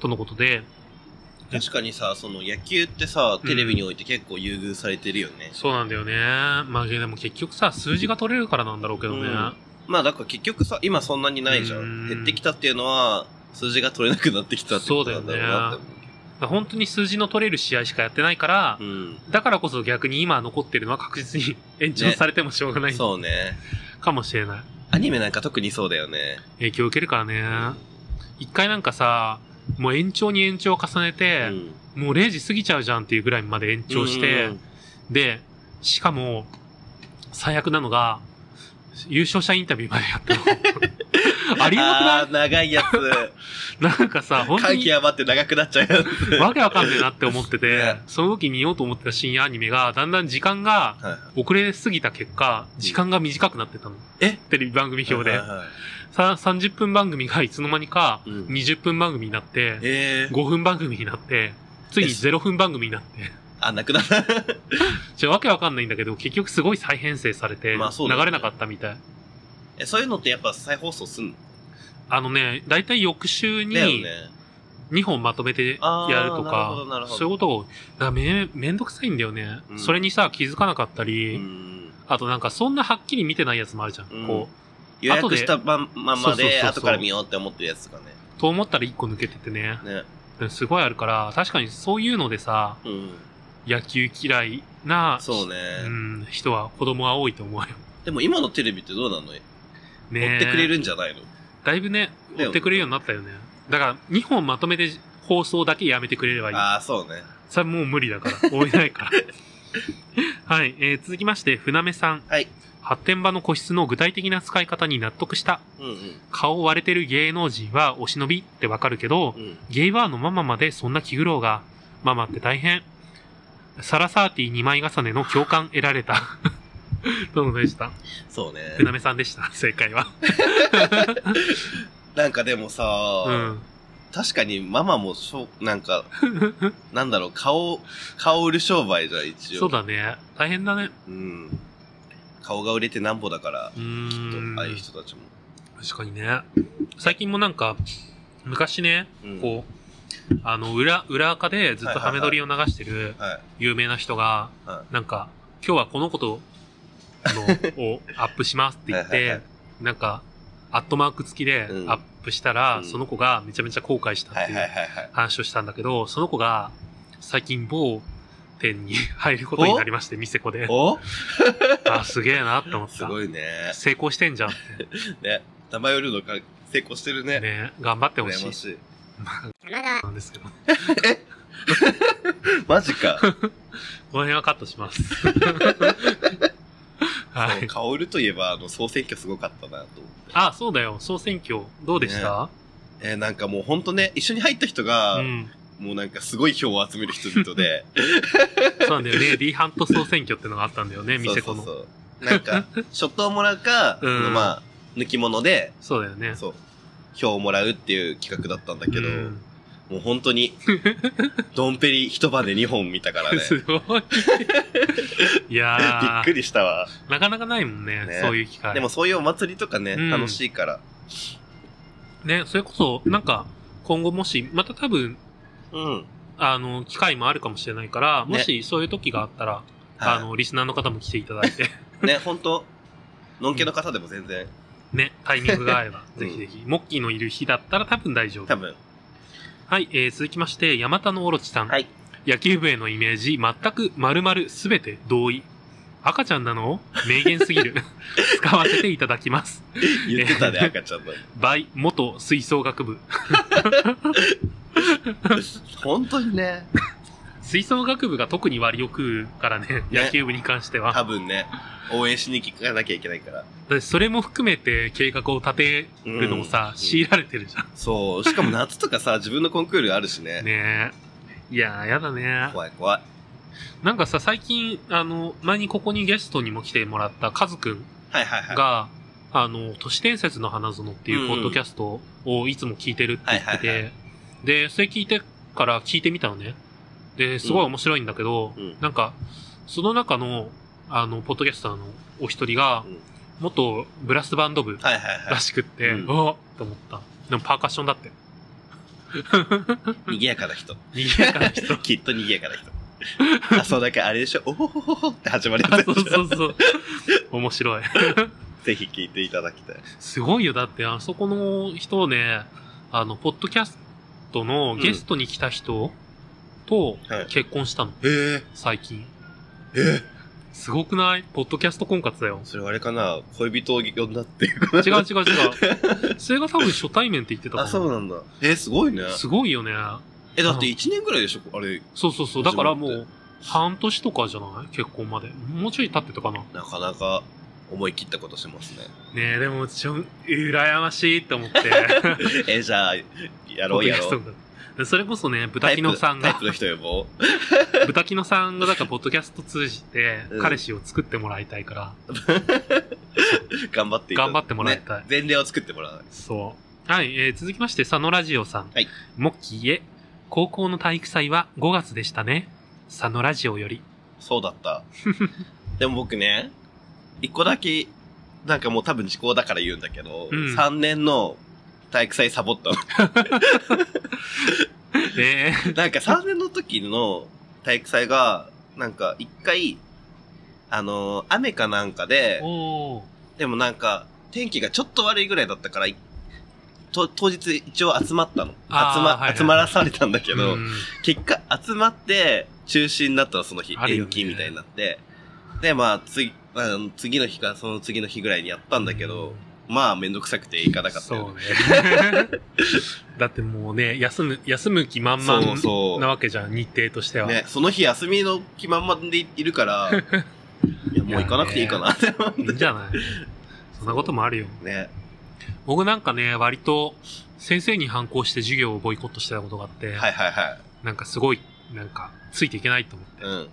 Speaker 1: とのことで、
Speaker 2: 確かにさ、その野球ってさ、テレビにおいて結構優遇されてるよね。
Speaker 1: そうなんだよね。まあでも結局さ、数字が取れるからなんだろうけどね。
Speaker 2: うんまあだから結局さ、今そんなにないじゃ。
Speaker 1: うんん
Speaker 2: 減ってきたっていうのは、数字が取れなくなってきたってことなんだろうなって思
Speaker 1: まあ本当に数字の取れる試合しかやってないから、
Speaker 2: う。うん。
Speaker 1: だからこそ逆に今残ってるのは確実 に延長されてもしょうがない、
Speaker 2: そうね。
Speaker 1: かもしれない。
Speaker 2: アニメなんか特にそうだよね。
Speaker 1: 影響を受けるからね。一回なんかさ、もう延長に延長を重ね
Speaker 2: う
Speaker 1: て、
Speaker 2: ん。
Speaker 1: もう0時過ぎちゃうじゃんっていうぐらいまで延長して、
Speaker 2: うん
Speaker 1: で、しかも、最悪なのが、優勝者インタビューまでや ったの。ありえな
Speaker 2: あー、長 いやつ。
Speaker 1: くないなんかさ、本当
Speaker 2: 歓
Speaker 1: に
Speaker 2: 喜余って長くなっちゃうやつ。
Speaker 1: わけわかんねえなって思ってて
Speaker 2: ね、
Speaker 1: その時見ようと思ってた深夜アニメが、だんだん時間が
Speaker 2: はい
Speaker 1: 遅れすぎた結果、時間が短くなってたの。
Speaker 2: え
Speaker 1: テレビ番組表で
Speaker 2: はい。はいはい
Speaker 1: さ30分番組がいつの間にか
Speaker 2: うん
Speaker 1: 20分番組になって、
Speaker 2: えー。
Speaker 1: 5分番組になって、ついに
Speaker 2: え
Speaker 1: 0分番組になって。
Speaker 2: あ、なくなった。
Speaker 1: じゃあわけわかんないんだけど、結局すごい再編成されて、
Speaker 2: まあそう
Speaker 1: 流
Speaker 2: だよね
Speaker 1: れなかったみたい。
Speaker 2: え、そういうのってやっぱ再放送すんの
Speaker 1: あのね、だいたい翌週
Speaker 2: だよ
Speaker 1: に
Speaker 2: ね。
Speaker 1: 2本まとめてやると
Speaker 2: あーなるほどな
Speaker 1: か
Speaker 2: る、ほど
Speaker 1: そういうことを、だからめ、めんどくさいんだよね。
Speaker 2: うん
Speaker 1: それにさ、気づかなかった
Speaker 2: う
Speaker 1: り、
Speaker 2: ん。
Speaker 1: あとなんかそんなはっきり見てないやつもあるじゃん。
Speaker 2: うん
Speaker 1: こ
Speaker 2: 予約したまんまんま
Speaker 1: そうそう
Speaker 2: で、
Speaker 1: そうそう
Speaker 2: 後から見ようって思ってるやつとかね。
Speaker 1: う、と思ったら1個抜けててね。
Speaker 2: ね。
Speaker 1: すごいあるから、確かにそういうのでさ、
Speaker 2: うん。
Speaker 1: 野球嫌いな、
Speaker 2: そう
Speaker 1: う
Speaker 2: ね。
Speaker 1: ん、人は、子供は多いと思うよ。
Speaker 2: でも今のテレビってどうなの追っ
Speaker 1: ねえ
Speaker 2: てくれるんじゃないの
Speaker 1: だいぶね、
Speaker 2: だよね
Speaker 1: 追ってくれるようになったよね。だから、2本まとめて放送だけやめてくれればいい。
Speaker 2: ああ、そうね。
Speaker 1: それもう無理だ から。追えないから。はい、えー続きまして、船目さん。
Speaker 2: はい。
Speaker 1: 発展場の個室の具体的な使い方に納得した。
Speaker 2: うんうん。
Speaker 1: 顔割れてる芸能人はお忍びってわかるけど、
Speaker 2: うん。
Speaker 1: ゲイバーのママまでそんな気苦労が。ママって大変。サラサーティ2枚重ねの共感得られた。どうもでした。
Speaker 2: そうね。
Speaker 1: 船目さんでした、正解は。
Speaker 2: なんかでもさ、
Speaker 1: うん。
Speaker 2: 確かにママもしょ、なん か、なんだろう、顔、顔売る商売じゃん、一応。
Speaker 1: そう。だね。大変だね。
Speaker 2: うん。顔が売れてなんぼだから、
Speaker 1: う
Speaker 2: きっ
Speaker 1: ーん。
Speaker 2: と、ああいう人たちも。
Speaker 1: 確かにね。最近もなんか、昔ね、
Speaker 2: うん
Speaker 1: こう、あの、裏、裏垢でずっとハメ撮りを流してる
Speaker 2: はい。
Speaker 1: 有名な人が
Speaker 2: は、
Speaker 1: なんか、今日はこのことの をアップしますって言っ
Speaker 2: はいはいは
Speaker 1: て、なんか、アットマーク付きでア
Speaker 2: うん
Speaker 1: ップした
Speaker 2: う
Speaker 1: ら、
Speaker 2: ん
Speaker 1: その子がめちゃめちゃ後悔したっ
Speaker 2: はい
Speaker 1: て
Speaker 2: はいいはいうはい。
Speaker 1: 話をしたんだけど、その子が最近某店に入ることになりまして、店子で。
Speaker 2: お
Speaker 1: あ、すげえなって思っ
Speaker 2: す
Speaker 1: た。
Speaker 2: ごいね。
Speaker 1: 成功してんじゃんっ
Speaker 2: ね。名前売るのか、成功してる
Speaker 1: て
Speaker 2: ね。
Speaker 1: ね。頑張ってほし
Speaker 2: 羨
Speaker 1: い
Speaker 2: ま。しい。
Speaker 1: なんですけど。
Speaker 2: マジか。
Speaker 1: この辺はカットし ます。 は
Speaker 2: そう
Speaker 1: い。
Speaker 2: 顔売るといえば、あの、総選挙すごかったな、と思って。
Speaker 1: あ、そうだよ。総選挙、どうでした、
Speaker 2: えーなんかもうほんとね、一緒に入った人が、
Speaker 1: うん。
Speaker 2: もうなんかすごい票を集める人々で、
Speaker 1: そうなんだよ ね。D ハント総選挙ってのがあったんだ よね、
Speaker 2: そう
Speaker 1: 店
Speaker 2: そ
Speaker 1: 子
Speaker 2: う
Speaker 1: の。
Speaker 2: そう。なんか、ショットをもらうか、
Speaker 1: うん
Speaker 2: そのまあ、抜き物で、
Speaker 1: そうだよね。
Speaker 2: そう、票をもらうっていう企画だったんだけど、
Speaker 1: うん
Speaker 2: もう本 当に、ドンペリ一晩で2本見たからね。び
Speaker 1: す ごい。いや
Speaker 2: っくりしたわ。
Speaker 1: ー、なかなかないもんね、
Speaker 2: ね
Speaker 1: そういう機会。
Speaker 2: でもそういうお祭りとかね、
Speaker 1: うん
Speaker 2: 楽しいから。
Speaker 1: ね、それこそ、なんか、今後もし、また多分、
Speaker 2: うん。
Speaker 1: あの、機会もあるかもしれないから、も
Speaker 2: ね
Speaker 1: しそういう時があったら、あ
Speaker 2: あ
Speaker 1: の、リスナーの方も来ていただいて、
Speaker 2: の、 ね、本当のんけの方でも全然、
Speaker 1: ね、タイミングが合えば、
Speaker 2: うん
Speaker 1: ぜひぜひ、モッキーのいる日だったら多分大丈
Speaker 2: 多
Speaker 1: 夫。
Speaker 2: 分。
Speaker 1: はい、えー続きまして、山田のオロチさん。
Speaker 2: はい
Speaker 1: 野球部へのイメージ、全く丸々すべて同意。赤ちゃんなの名言すぎ る。使わせていただきます。
Speaker 2: 言ってたね、赤ちゃんの。
Speaker 1: by 元吹奏楽部。
Speaker 2: 本当にね、
Speaker 1: 吹奏楽部が特に割を食うからね、
Speaker 2: ね
Speaker 1: 野球部に関しては。
Speaker 2: 多分ね、応援しに行かなきゃいけないから。
Speaker 1: だそれも含めて計画を立てるのをさ、
Speaker 2: うん
Speaker 1: 強いられてるじゃん。
Speaker 2: そう、しかも夏と かさ、自分のコンクールあるしね。
Speaker 1: ねえ。いやー、やだね。
Speaker 2: 怖い怖い。
Speaker 1: なんかさ、最近、あの、前にここにゲストにも来てもらったカズくん
Speaker 2: はいはいはい。
Speaker 1: が、あの、都市伝説の花園っていうポッドキャストをいつも聞いてるって言って
Speaker 2: はいはいは
Speaker 1: て、で、それ聞いてから聞いてみたのね。で、すごい面白いんだけど、
Speaker 2: うん
Speaker 1: なんか、その中の、あの、ポッドキャスターのお一人が
Speaker 2: うん、
Speaker 1: 元ブラスバンド部
Speaker 2: はいはいは
Speaker 1: らしくって、
Speaker 2: うん
Speaker 1: おっと思った。でもパーカッションだ って。
Speaker 2: い。賑やかな人。
Speaker 1: 賑やかな人。
Speaker 2: きっと賑やかな人。あ、そう、だからあれでしょ、おほほほほって始まる
Speaker 1: あ
Speaker 2: やつ
Speaker 1: そ
Speaker 2: で
Speaker 1: う
Speaker 2: し
Speaker 1: そ
Speaker 2: ょ。
Speaker 1: うそう。面白い。
Speaker 2: ぜひ聞いていただきたい。
Speaker 1: すごいよ。だって、あそこの人ね、あの、ポッドキャストのゲストに来た人と
Speaker 2: はい
Speaker 1: 結婚したの、
Speaker 2: えー、
Speaker 1: 最近。
Speaker 2: えー、。
Speaker 1: すごくないポッドキャスト婚活だよ
Speaker 2: それあれかな恋人を呼んだっていう
Speaker 1: 違う違う違う。それが多分初対面って言ってたか
Speaker 2: あ、
Speaker 1: ら。
Speaker 2: そうなんだ。えー、すごいね。
Speaker 1: すごいよね。
Speaker 2: え、だって1年ぐらいでしょあれ、
Speaker 1: そうそうそう。だからも
Speaker 2: 初め
Speaker 1: う、半年とかじゃない結婚まで。もうちょい経ってたかな。
Speaker 2: なかなか思い切ったことし ますね。
Speaker 1: ねえ、でも、ちょ、羨ましいって思って。
Speaker 2: えー、じゃあ、やろうやろ
Speaker 1: ポッドキャスト
Speaker 2: う。
Speaker 1: がそれこそね、豚キノさん
Speaker 2: タ
Speaker 1: が
Speaker 2: イ、プの人呼ぼ
Speaker 1: 豚キノさんがだからポッドキャスト通じて
Speaker 2: うん
Speaker 1: 彼氏を作ってもらいたいから、
Speaker 2: う。 頑張っていた
Speaker 1: 頑張ってもらいたい
Speaker 2: ね前例を作ってもらわない。
Speaker 1: そうはい、えー続きまして佐野ラジオさん、
Speaker 2: はい、
Speaker 1: モッキーへ高校の体育祭は5月でしたね佐野ラジオより
Speaker 2: そう だった。でも僕ね、一個だけ、なんかもう多分時効だから言うんだけど、
Speaker 1: うん
Speaker 2: 3年の体育祭サボったの。
Speaker 1: えー、
Speaker 2: なんか3年の時の体育祭が、なんか一回、あのー雨かなんか で、
Speaker 1: おー
Speaker 2: でもなんか、天気がちょっと悪いぐらいだったから、いと当日一応集まったの。集
Speaker 1: あー
Speaker 2: ま、
Speaker 1: はいはい
Speaker 2: 集まらされたんだけど、
Speaker 1: うん
Speaker 2: 結果集まって中止になったのその日、
Speaker 1: あるよね
Speaker 2: 延期みたいになってでまあ次あの次の日かその次の日ぐらいにやったんだけど、まあめんどくさくて行かなかった
Speaker 1: そう
Speaker 2: よ
Speaker 1: ね だってもうね休む休む気満
Speaker 2: そう
Speaker 1: 々
Speaker 2: そう
Speaker 1: なわけじゃん日程としては、
Speaker 2: ね、その日休みの気満々でいるか らいやもう行かなくていいかなって思っ
Speaker 1: いいん
Speaker 2: て
Speaker 1: じゃないそんなこともあるよ
Speaker 2: ね
Speaker 1: 僕なんかね割と先生に反抗して授業をボイコットしてたことがあって、
Speaker 2: はいはいはい
Speaker 1: なんかすごい、なんか、ついていけないと思って。
Speaker 2: うん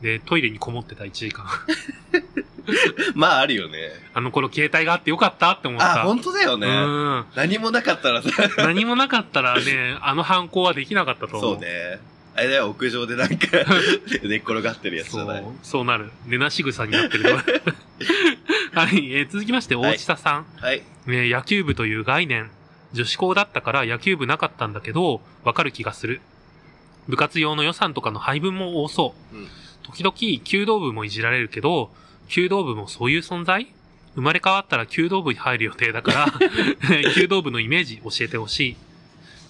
Speaker 1: で、トイレにこもってた1時間。
Speaker 2: まああるよね
Speaker 1: あの頃携帯があってよかったって思った。
Speaker 2: あ本当だよね、
Speaker 1: うん。
Speaker 2: 何もなかったらさ
Speaker 1: 何もなかったら ね、あの犯行はできなかったと思う。
Speaker 2: そうねあれだよ屋上でな んか寝っ転がってるやつじ
Speaker 1: そ、
Speaker 2: ゃないう
Speaker 1: そうなる。寝なし草になって る。はい、えー続きまして、
Speaker 2: はい
Speaker 1: 大地田さん、
Speaker 2: はい
Speaker 1: ね野球部という概念。女子校だったから野球部なかったんだけど、わかる気がする。部活用の予算とかの配分も多そう。
Speaker 2: うん
Speaker 1: 時々、弓道部もいじられるけど、弓道部もそういう存在生まれ変わったら弓道部に入る予定だ から、弓道部のイメージ教えてほしい。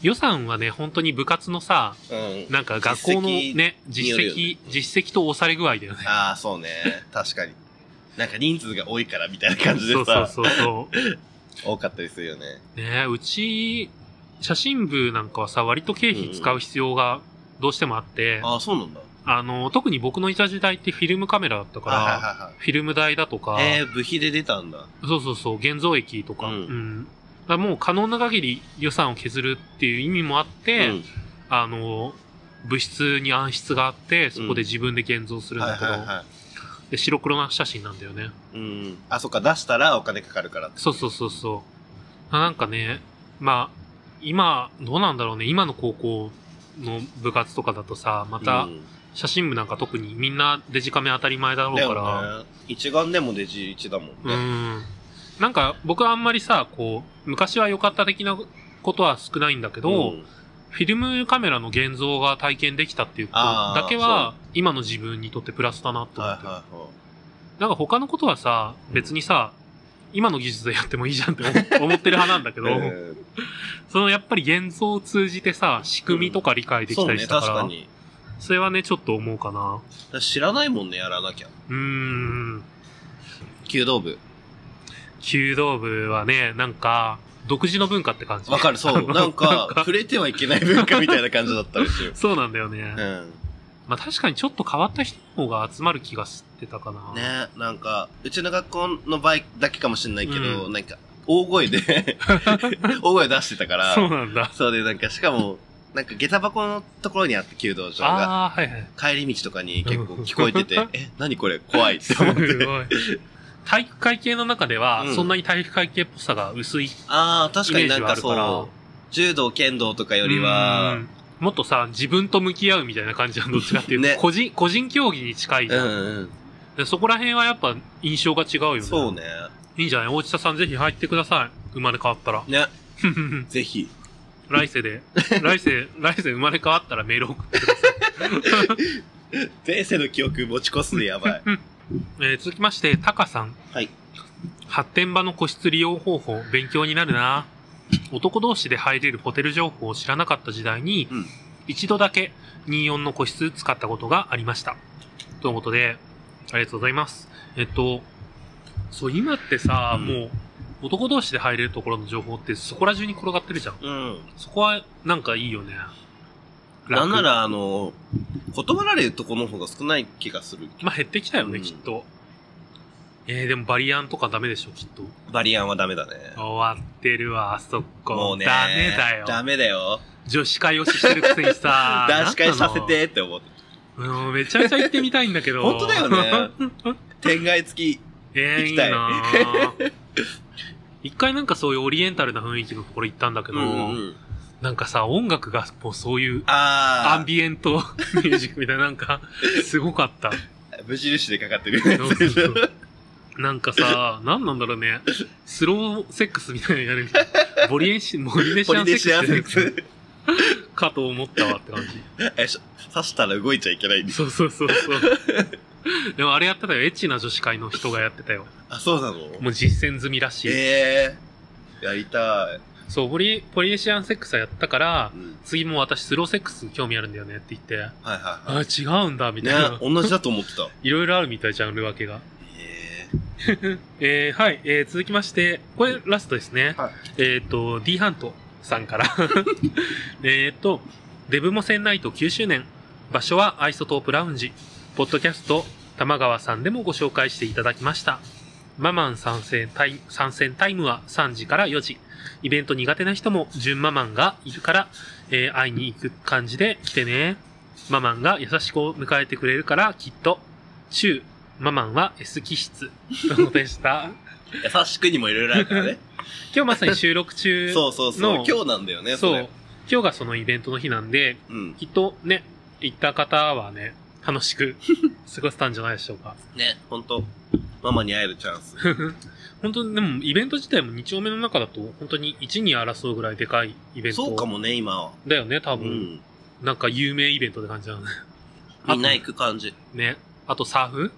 Speaker 1: 予算はね、本当に部活のさ、
Speaker 2: うん
Speaker 1: なんか学校のね、
Speaker 2: 実
Speaker 1: 実
Speaker 2: 績によるよね
Speaker 1: 績、実績と押され具合だよね。
Speaker 2: ああ、そうね。確かに。なんか人数が多いからみたいな感じで
Speaker 1: そうそ
Speaker 2: さ
Speaker 1: う、そうそう。
Speaker 2: 多かったりするよね。
Speaker 1: ねえ、うち、写真部なんかはさ、割と経費使う必要がどうしてもあって、
Speaker 2: ああ、そうなんだ。
Speaker 1: あの、特に僕のいた時代ってフィルムカメラだったから、
Speaker 2: は
Speaker 1: フィルム代だとか
Speaker 2: いはいはい。、えー、部費で出たんだ。
Speaker 1: そうそうそう、現像液とか、
Speaker 2: うん
Speaker 1: うんあもう可能な限り予算を削るっていう意味もあって、
Speaker 2: うん
Speaker 1: あの、部室に暗室があって、そこで自分で現像するん
Speaker 2: は
Speaker 1: だ
Speaker 2: い
Speaker 1: けど、
Speaker 2: はいは
Speaker 1: で白黒な写真なんだよね。
Speaker 2: い。うん。あ、そっか、出したらお金かかるからって。
Speaker 1: そうそうそうそう。あなんかね、まあ、今、どうなんだろうね、今の高校の部活とかだとさ、また
Speaker 2: うん
Speaker 1: 写真部なんか特にみんなデジカメ当たり前だろう
Speaker 2: だ
Speaker 1: から、
Speaker 2: よね。一眼でもデジ一だもんね。
Speaker 1: うん。なんか僕はあんまりさ、こう、昔は良かった的なことは少ないんだけど、
Speaker 2: うん
Speaker 1: フィルムカメラの現像が体験できたっていうこと
Speaker 2: あー
Speaker 1: だけは、今の自分にとってプラスだなと思
Speaker 2: は
Speaker 1: ってる。
Speaker 2: いはいはい。
Speaker 1: なんか他のことはさ、別にさ、今の技術でやってもいいじゃんって思思ってる派なんだけど、
Speaker 2: え
Speaker 1: そのやっぱり現像を通じてさ、仕組みとか理解
Speaker 2: ー
Speaker 1: で
Speaker 2: そ
Speaker 1: き
Speaker 2: う
Speaker 1: たり
Speaker 2: ね、
Speaker 1: した
Speaker 2: 確
Speaker 1: から、
Speaker 2: か
Speaker 1: そ
Speaker 2: に。
Speaker 1: れはね、ちょっと思うかな。
Speaker 2: だから知らないもんね、やらなきゃ。
Speaker 1: うーん。
Speaker 2: 弓道部。
Speaker 1: 弓道部はね、なんか、独自の文化って感じ。
Speaker 2: わかる、そ
Speaker 1: あ
Speaker 2: う。
Speaker 1: の。
Speaker 2: なんか、触れてはいけない文化みたいな感じだったんですよ
Speaker 1: そう なんだよね。
Speaker 2: うん。
Speaker 1: まあ確かにちょっと変わった人の方が集まる気がしてたかな。
Speaker 2: ねなんか、うちの学校の場合だけかもしれないけど、
Speaker 1: う
Speaker 2: なんか、大声で、 大声出してたから、
Speaker 1: そうなんだ。
Speaker 2: そうで、なんか、しかも、なんか、下駄箱のところにあって、弓道場が、
Speaker 1: ああ、はいはい。
Speaker 2: 帰り道とかに結構聞こえ てて、え、何これ怖いっ
Speaker 1: す
Speaker 2: て
Speaker 1: ご
Speaker 2: 思
Speaker 1: い
Speaker 2: って。。
Speaker 1: 体育会系の中では、
Speaker 2: うん
Speaker 1: そんなに体育会系っぽさが薄いイ
Speaker 2: ああ、確か
Speaker 1: メー
Speaker 2: にな
Speaker 1: ジ
Speaker 2: ん
Speaker 1: はあ
Speaker 2: か
Speaker 1: るから。
Speaker 2: そう、柔道、剣道とかよりは、
Speaker 1: うんもっとさ、自分と向き合うみたいな感じはどっちかっていうと、
Speaker 2: ね
Speaker 1: 個人、個人競技に近いじ
Speaker 2: う
Speaker 1: ゃん、
Speaker 2: んうん。
Speaker 1: でそこら辺はやっぱ印象が違うよね。
Speaker 2: そうね。
Speaker 1: いいんじゃない大地田さんぜひ入ってください。生まれ変わったら。
Speaker 2: ね、ぜひ。
Speaker 1: 来世で、来世、来世生まれ変わったらメール送ってください。
Speaker 2: 前世の記憶持ち越すのやばい。
Speaker 1: えー続きまして、タカさん。
Speaker 2: はい。
Speaker 1: 発展場の個室利用方法、勉強になるな。男同士で入れるホテル情報を知らなかった時代に、
Speaker 2: うん
Speaker 1: 一度だけ24の個室使ったことがありました。ということで、ありがとうございます。えっと、そう、今ってさ、
Speaker 2: うん
Speaker 1: もう、男同士で入れるところの情報ってそこら中に転がってるじゃん。
Speaker 2: うん。
Speaker 1: そこは、なんかいいよね。
Speaker 2: な
Speaker 1: 楽
Speaker 2: んな、ら、あの、断られるとこの方が少ない気がする。
Speaker 1: まあ減ってきたよね、
Speaker 2: うん
Speaker 1: きっと。えー、でもバリアンとかダメでしょ、きっと。
Speaker 2: バリアンはダメだね。
Speaker 1: 終わってるわ、あそこ。
Speaker 2: もうね。
Speaker 1: ダメだよ。
Speaker 2: ダメだよ。
Speaker 1: 女子会をしてるくせにさ。
Speaker 2: 男子会させ
Speaker 1: なん
Speaker 2: てって思って。
Speaker 1: なの。うんめちゃめちゃ行ってみたいんだけど。
Speaker 2: 本当だよ。ね。天外付き。
Speaker 1: えー、
Speaker 2: 行
Speaker 1: い
Speaker 2: き
Speaker 1: い
Speaker 2: たい
Speaker 1: なぁ一回なんかそういうオリエンタルな雰囲気のところ行ったんだけ
Speaker 2: うん
Speaker 1: ど、
Speaker 2: うん。
Speaker 1: なんかさ、音楽がもうそういうア
Speaker 2: あ
Speaker 1: ンビエントミュージックみたいな、なんか、すごかった。
Speaker 2: ー、無印でかかってる。
Speaker 1: そうそうそう なんかさ、なんなんだろうね。スローセックスみたいなのやるみた いな。ボリエンシ、ボリネ
Speaker 2: ポ
Speaker 1: シア
Speaker 2: リ
Speaker 1: ンセ
Speaker 2: ネシアンセ
Speaker 1: ッ
Speaker 2: ッ
Speaker 1: ク
Speaker 2: ク
Speaker 1: ス
Speaker 2: ス。
Speaker 1: かと思ったわって感じ。
Speaker 2: え、し刺したら動いちゃいけないんです。
Speaker 1: そうそうそうそう。でもあれやってたよ。エッチな女子会の人がやってたよ。
Speaker 2: あ、そうなの
Speaker 1: もう実践済みらしい。
Speaker 2: ええ。やりたい。
Speaker 1: そう、ポリ、ポリエシアンセックスはやったから
Speaker 2: う、ん。
Speaker 1: 次もう私スローセックス興味あるんだよねって言って、
Speaker 2: はいはい
Speaker 1: あ、
Speaker 2: はい。
Speaker 1: 違うんだ、みたい
Speaker 2: ね
Speaker 1: な、。
Speaker 2: 同じだと思ってた。
Speaker 1: いろいろあるみたいじゃん、ル分けが。
Speaker 2: え
Speaker 1: えー、はい、えー、続きまして、これラストですね。
Speaker 2: はい
Speaker 1: えっ、と、D ハントさんから。 えっと、デブモセンナイト9周年。場所はアイソトープラウンジ。ポッドキャスト、玉川さんでもご紹介していただきました。ママン参戦タイ参戦タイムは3時から4時。イベント苦手な人も、純ママンがいるから、えー会いに行く感じで来てね。ママンが優しく迎えてくれるから、きっと。中、ママンは S 気質。とのことでした。
Speaker 2: ー優しくにもいろいろあるからね。
Speaker 1: 今日まさに収録中。
Speaker 2: そうそうそ
Speaker 1: の
Speaker 2: う。今日なんだよね、
Speaker 1: そ
Speaker 2: れ
Speaker 1: う。今日がそのイベントの日なんで、
Speaker 2: うん。
Speaker 1: きっとね、行った方はね、楽しく過ごせたんじゃないでしょうか。
Speaker 2: ね、ほんと。ママに会えるチャンス。
Speaker 1: 本当に、でも、イベント自体も2丁目の中だと、本当に1に争うぐらいでかいイベント。
Speaker 2: そうかもね、今は。
Speaker 1: だよね、多
Speaker 2: う
Speaker 1: 分。
Speaker 2: ん。
Speaker 1: なんか有名イベントって感じだね。
Speaker 2: みんな行く感じ。
Speaker 1: ね。あと、サーフ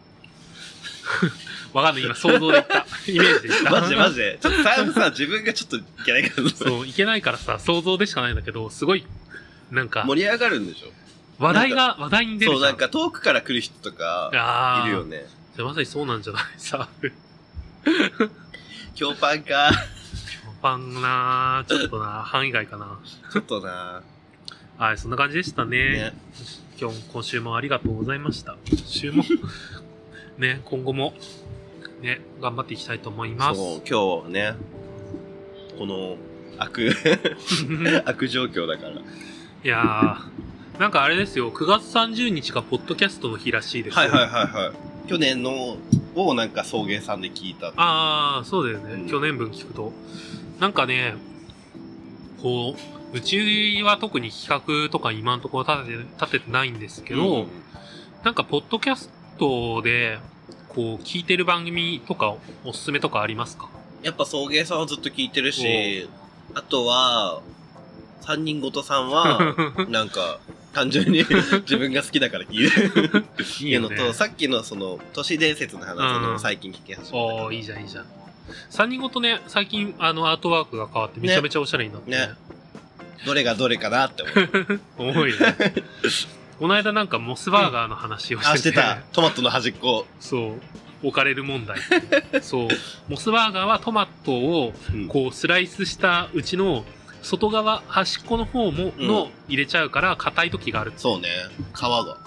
Speaker 1: わかんない、今想像で言 った。イメージで言った。
Speaker 2: マジでマジで。ちょっとサーブさ、自分がちょっといけないから さ
Speaker 1: そう、いけないからさ、想像でしかないんだけど、すごい、なんか、
Speaker 2: 盛り上がるんでしょ
Speaker 1: 話題が、話題に出る
Speaker 2: そ
Speaker 1: じゃ。
Speaker 2: うんなんか遠くから来る人とか
Speaker 1: あー
Speaker 2: いるよね
Speaker 1: じゃあまさにそうなんじゃない さ。
Speaker 2: 共パンか
Speaker 1: ファンなちょっとな範囲外かな。
Speaker 2: ちょっとな
Speaker 1: はい、そんな感じでしたね。
Speaker 2: ね
Speaker 1: 今日、今週もありがとうございました。今週も、 ね、今後も、ね、頑張っていきたいと思います。
Speaker 2: そう今日ねこの悪、 悪状況だか ら。
Speaker 1: いやー、なんかあれですよ、9月30日がポッドキャストの日らしいですよ。
Speaker 2: はいはいはいはい。去年のをなんか送迎さんで聞いた。
Speaker 1: ああ、そうだよね、
Speaker 2: うん
Speaker 1: 去年分聞くと。なんかね、こう、うちは特に企画とか今のところ立てて立ててないんですけど、
Speaker 2: うん
Speaker 1: なんかポッドキャストで、こう、聞いてる番組とかおすすめとかありますか
Speaker 2: やっぱ送迎さんはずっと聞いてるし、あとは、三人ごとさ んは、なんか、単純に 自分が好きだから聞いてるって
Speaker 1: い
Speaker 2: いう
Speaker 1: よ
Speaker 2: の
Speaker 1: ね
Speaker 2: と、さっきのその、都市伝説の話
Speaker 1: う
Speaker 2: の
Speaker 1: ん
Speaker 2: 最近聞き始めた
Speaker 1: お
Speaker 2: か
Speaker 1: ー、いい
Speaker 2: ら。
Speaker 1: じゃん、いいじゃん。3人ごとね、最近、あの、アートワークが変わってめちゃめちゃおしゃれになってね。
Speaker 2: ねどれがどれかなって 思う。
Speaker 1: 重いね。この間なんかモスバーガーの話をしてて。
Speaker 2: あ、してた。トマトの端っこ。
Speaker 1: そう。置かれる問題。 そう。モスバーガーはトマトを
Speaker 2: うん
Speaker 1: こうスライスしたうちの外側端っこの方も
Speaker 2: うん
Speaker 1: の入れちゃうから硬い時がある。
Speaker 2: そうね。皮が。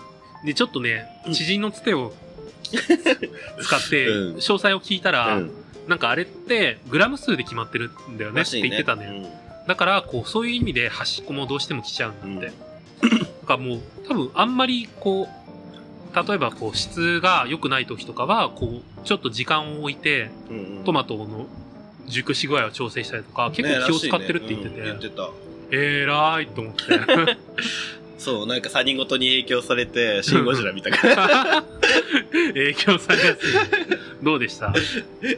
Speaker 1: で、ちょっとね
Speaker 2: う、ん
Speaker 1: 知人のつてを 使って
Speaker 2: うん
Speaker 1: 詳細を聞いたら、
Speaker 2: うん
Speaker 1: なんかあれってグラム数で決まってるんだよね
Speaker 2: ら
Speaker 1: って
Speaker 2: しい
Speaker 1: 言ってたね。だから、こう、そういう意味で端っこもどうしても来ちゃうんだって。だからもう、多分あんまりこう、例えばこう、質が良くない時とかは、こう、ちょっと時間を置いて、
Speaker 2: うんうんうん
Speaker 1: トマトの熟し具合を調整したりとか、結
Speaker 2: ね
Speaker 1: 構気を
Speaker 2: らしい
Speaker 1: 使
Speaker 2: ね
Speaker 1: ってるって言ってて、
Speaker 2: うん言ってた。
Speaker 1: えらいと 思って。
Speaker 2: そう、なんか三人ごとに影響されて、シンゴジラ見たから。
Speaker 1: 影響されやすいね。どうでした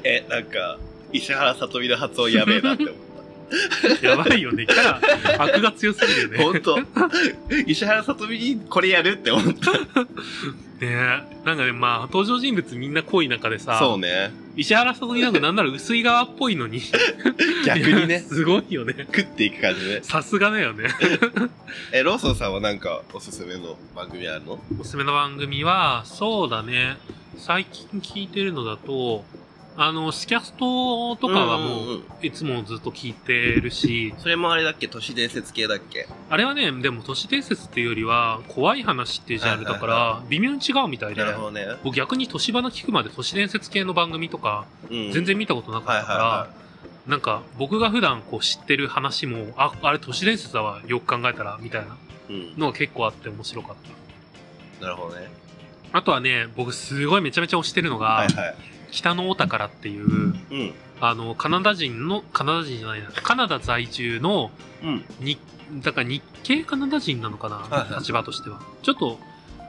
Speaker 2: え、なんか、石原さとみの発音やべえなって思っ
Speaker 1: やばいよね。キャラ、悪が強すぎる
Speaker 2: た。
Speaker 1: よ
Speaker 2: ほ
Speaker 1: ね。
Speaker 2: んと。 石原さとみにこれやるって思っ
Speaker 1: ねえなんかね、まあ、登場人物みんな濃い中で
Speaker 2: た。
Speaker 1: さ、
Speaker 2: そうね。
Speaker 1: 石原さとみなんかなんなら薄い側っぽいのに。
Speaker 2: 逆に
Speaker 1: いや
Speaker 2: ね、
Speaker 1: すごいよね。
Speaker 2: 食っていく感じね。
Speaker 1: さすがだよね。
Speaker 2: え、ローソンさんはなんかおすすめの番組あるの
Speaker 1: おすすめの番組は、そうだね。最近聞いてるのだと、あの、スキャストとかは
Speaker 2: ん
Speaker 1: もう、
Speaker 2: んん
Speaker 1: いつもずっと聞いてるし、
Speaker 2: それもあれだっけ都市伝説系だっけ
Speaker 1: あれはね、でも都市伝説っていうよりは、怖い話っていうジャンルだか
Speaker 2: はいは
Speaker 1: ら、微妙に違うみたいで
Speaker 2: な、るほどね。
Speaker 1: 僕逆に都市花聞くまで都市伝説系の番組とか、
Speaker 2: うん
Speaker 1: 全。然見たことなか
Speaker 2: はい
Speaker 1: った
Speaker 2: はい
Speaker 1: か
Speaker 2: は。
Speaker 1: ら、なんか僕が普段こう知ってる話も、あ、あれ都市伝説だわ、よく考えたら、みたいない
Speaker 2: うん。
Speaker 1: のが結構あって面白かった。
Speaker 2: なるほどね。
Speaker 1: あとはね、僕すごいめちゃめちゃ推してるのが、
Speaker 2: はいはい。
Speaker 1: 北のお宝っていう、
Speaker 2: うん。
Speaker 1: あの、カナダ人の、カナダ人じゃないな、カナダ在住の、
Speaker 2: うん。
Speaker 1: に、だから日系カナダ人なのかな、
Speaker 2: はいはい
Speaker 1: 立場としては。ちょっと、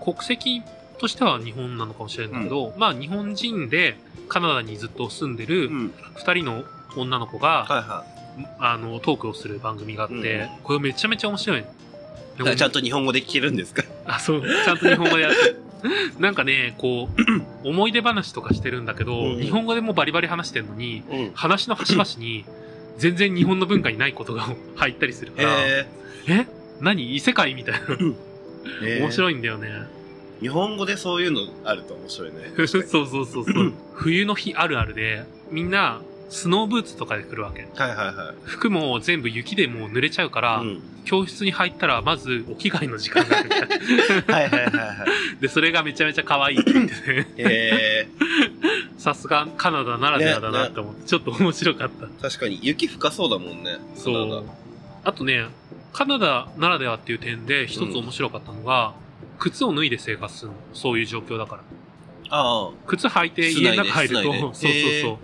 Speaker 1: 国籍としては日本なのかもしれないけど、まあ日本人でカナダにずっと住んでる
Speaker 2: うん。
Speaker 1: 二人の女の子が、
Speaker 2: はいはい
Speaker 1: あの、トークをする番組があって、
Speaker 2: うん
Speaker 1: これめちゃめちゃ面白い。。
Speaker 2: だからちゃんと日本語で聞けるんですか
Speaker 1: あ、そう、ちゃんと日本語でやって る。なんかね、こう、 思い出話とかしてるんだけど、
Speaker 2: うん
Speaker 1: 日本語でもうバリバリ話してるのに、
Speaker 2: うん。へ
Speaker 1: 話の端々に、全然日本の文化にないことが 入ったりするから、
Speaker 2: え。
Speaker 1: え何異世界みたいな。面
Speaker 2: い。
Speaker 1: 白いんだよね。
Speaker 2: 日本語でそういうのあると 面白いね。
Speaker 1: そうそうそうそう。冬の日あるあるで、みんな、スノーブーツとかで来るわけ。
Speaker 2: はいはいはい。
Speaker 1: 服も全部雪でもう濡れちゃうから、
Speaker 2: うん
Speaker 1: 教室に入ったらまずお着替えの時間があるみたいな。
Speaker 2: はいはいはいはい。
Speaker 1: で、それがめちゃめちゃ可愛いって言ってて。
Speaker 2: え
Speaker 1: さすがカナダならではだなって思って、ちょっと面白かった。
Speaker 2: ー、確かに雪深そうだもんね。
Speaker 1: そ
Speaker 2: カナ
Speaker 1: う
Speaker 2: ダ。
Speaker 1: あとね、カナダならではっていう点で一つ面白かったのが、靴を脱いで生活するの。そういう状況だから。
Speaker 2: ああ、
Speaker 1: 靴履いて
Speaker 2: 室
Speaker 1: 家
Speaker 2: 内で
Speaker 1: の中入ると、
Speaker 2: 室内で
Speaker 1: そうそう
Speaker 2: へ
Speaker 1: そう。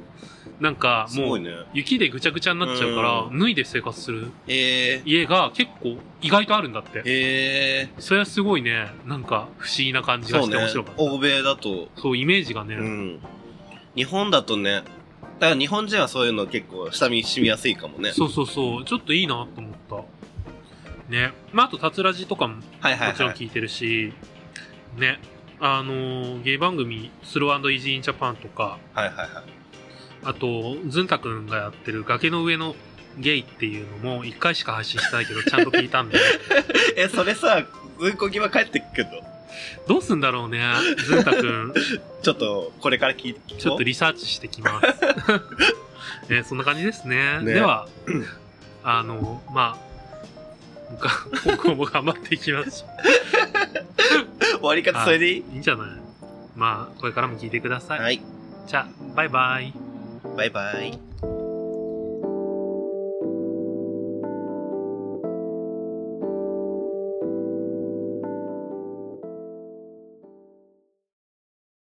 Speaker 1: なんか
Speaker 2: す
Speaker 1: も、
Speaker 2: ごいうね。
Speaker 1: 雪でぐちゃぐちゃになっちゃうから
Speaker 2: う、
Speaker 1: 脱いで生活する
Speaker 2: えー、
Speaker 1: 家が結構意外とあるんだって。
Speaker 2: え
Speaker 1: それはすごいね、なんか不思議な感
Speaker 2: ー、
Speaker 1: じが
Speaker 2: そう
Speaker 1: して
Speaker 2: ね
Speaker 1: 面白かっ。た。
Speaker 2: 欧米だと、
Speaker 1: そう、イメージがね、
Speaker 2: うん。日本だとね、だから日本人はそういうの結構下見染みやすいかもね。
Speaker 1: そうそうそう、ちょっといいなと思った。ね。まあ、あと、タツラジとかもも
Speaker 2: はいはい
Speaker 1: ちろん
Speaker 2: はい。
Speaker 1: 聞いてるし、ね。あのーゲイ番組、スローイージーインジャパンとか、
Speaker 2: はいはいはい。
Speaker 1: あと、ズンタくんがやってる崖の上のゲイっていうのも、一回しか配信してないけど、ちゃんと聞いたんで、
Speaker 2: え、それさ、ずんこぎは帰ってくるの
Speaker 1: どうすんだろうね、ズンタくん。
Speaker 2: ちょっと、これから聞いて
Speaker 1: ちょっとリサーチしてきます。ね、そんな感じですね。
Speaker 2: ね
Speaker 1: では、あの、まあ、が今後も頑張っていきましょう。
Speaker 2: 終わり方それでいい
Speaker 1: いいんじゃないまあ、これからも聞いてください。
Speaker 2: はい。
Speaker 1: じゃあ、バイバイ。
Speaker 2: バイバイ。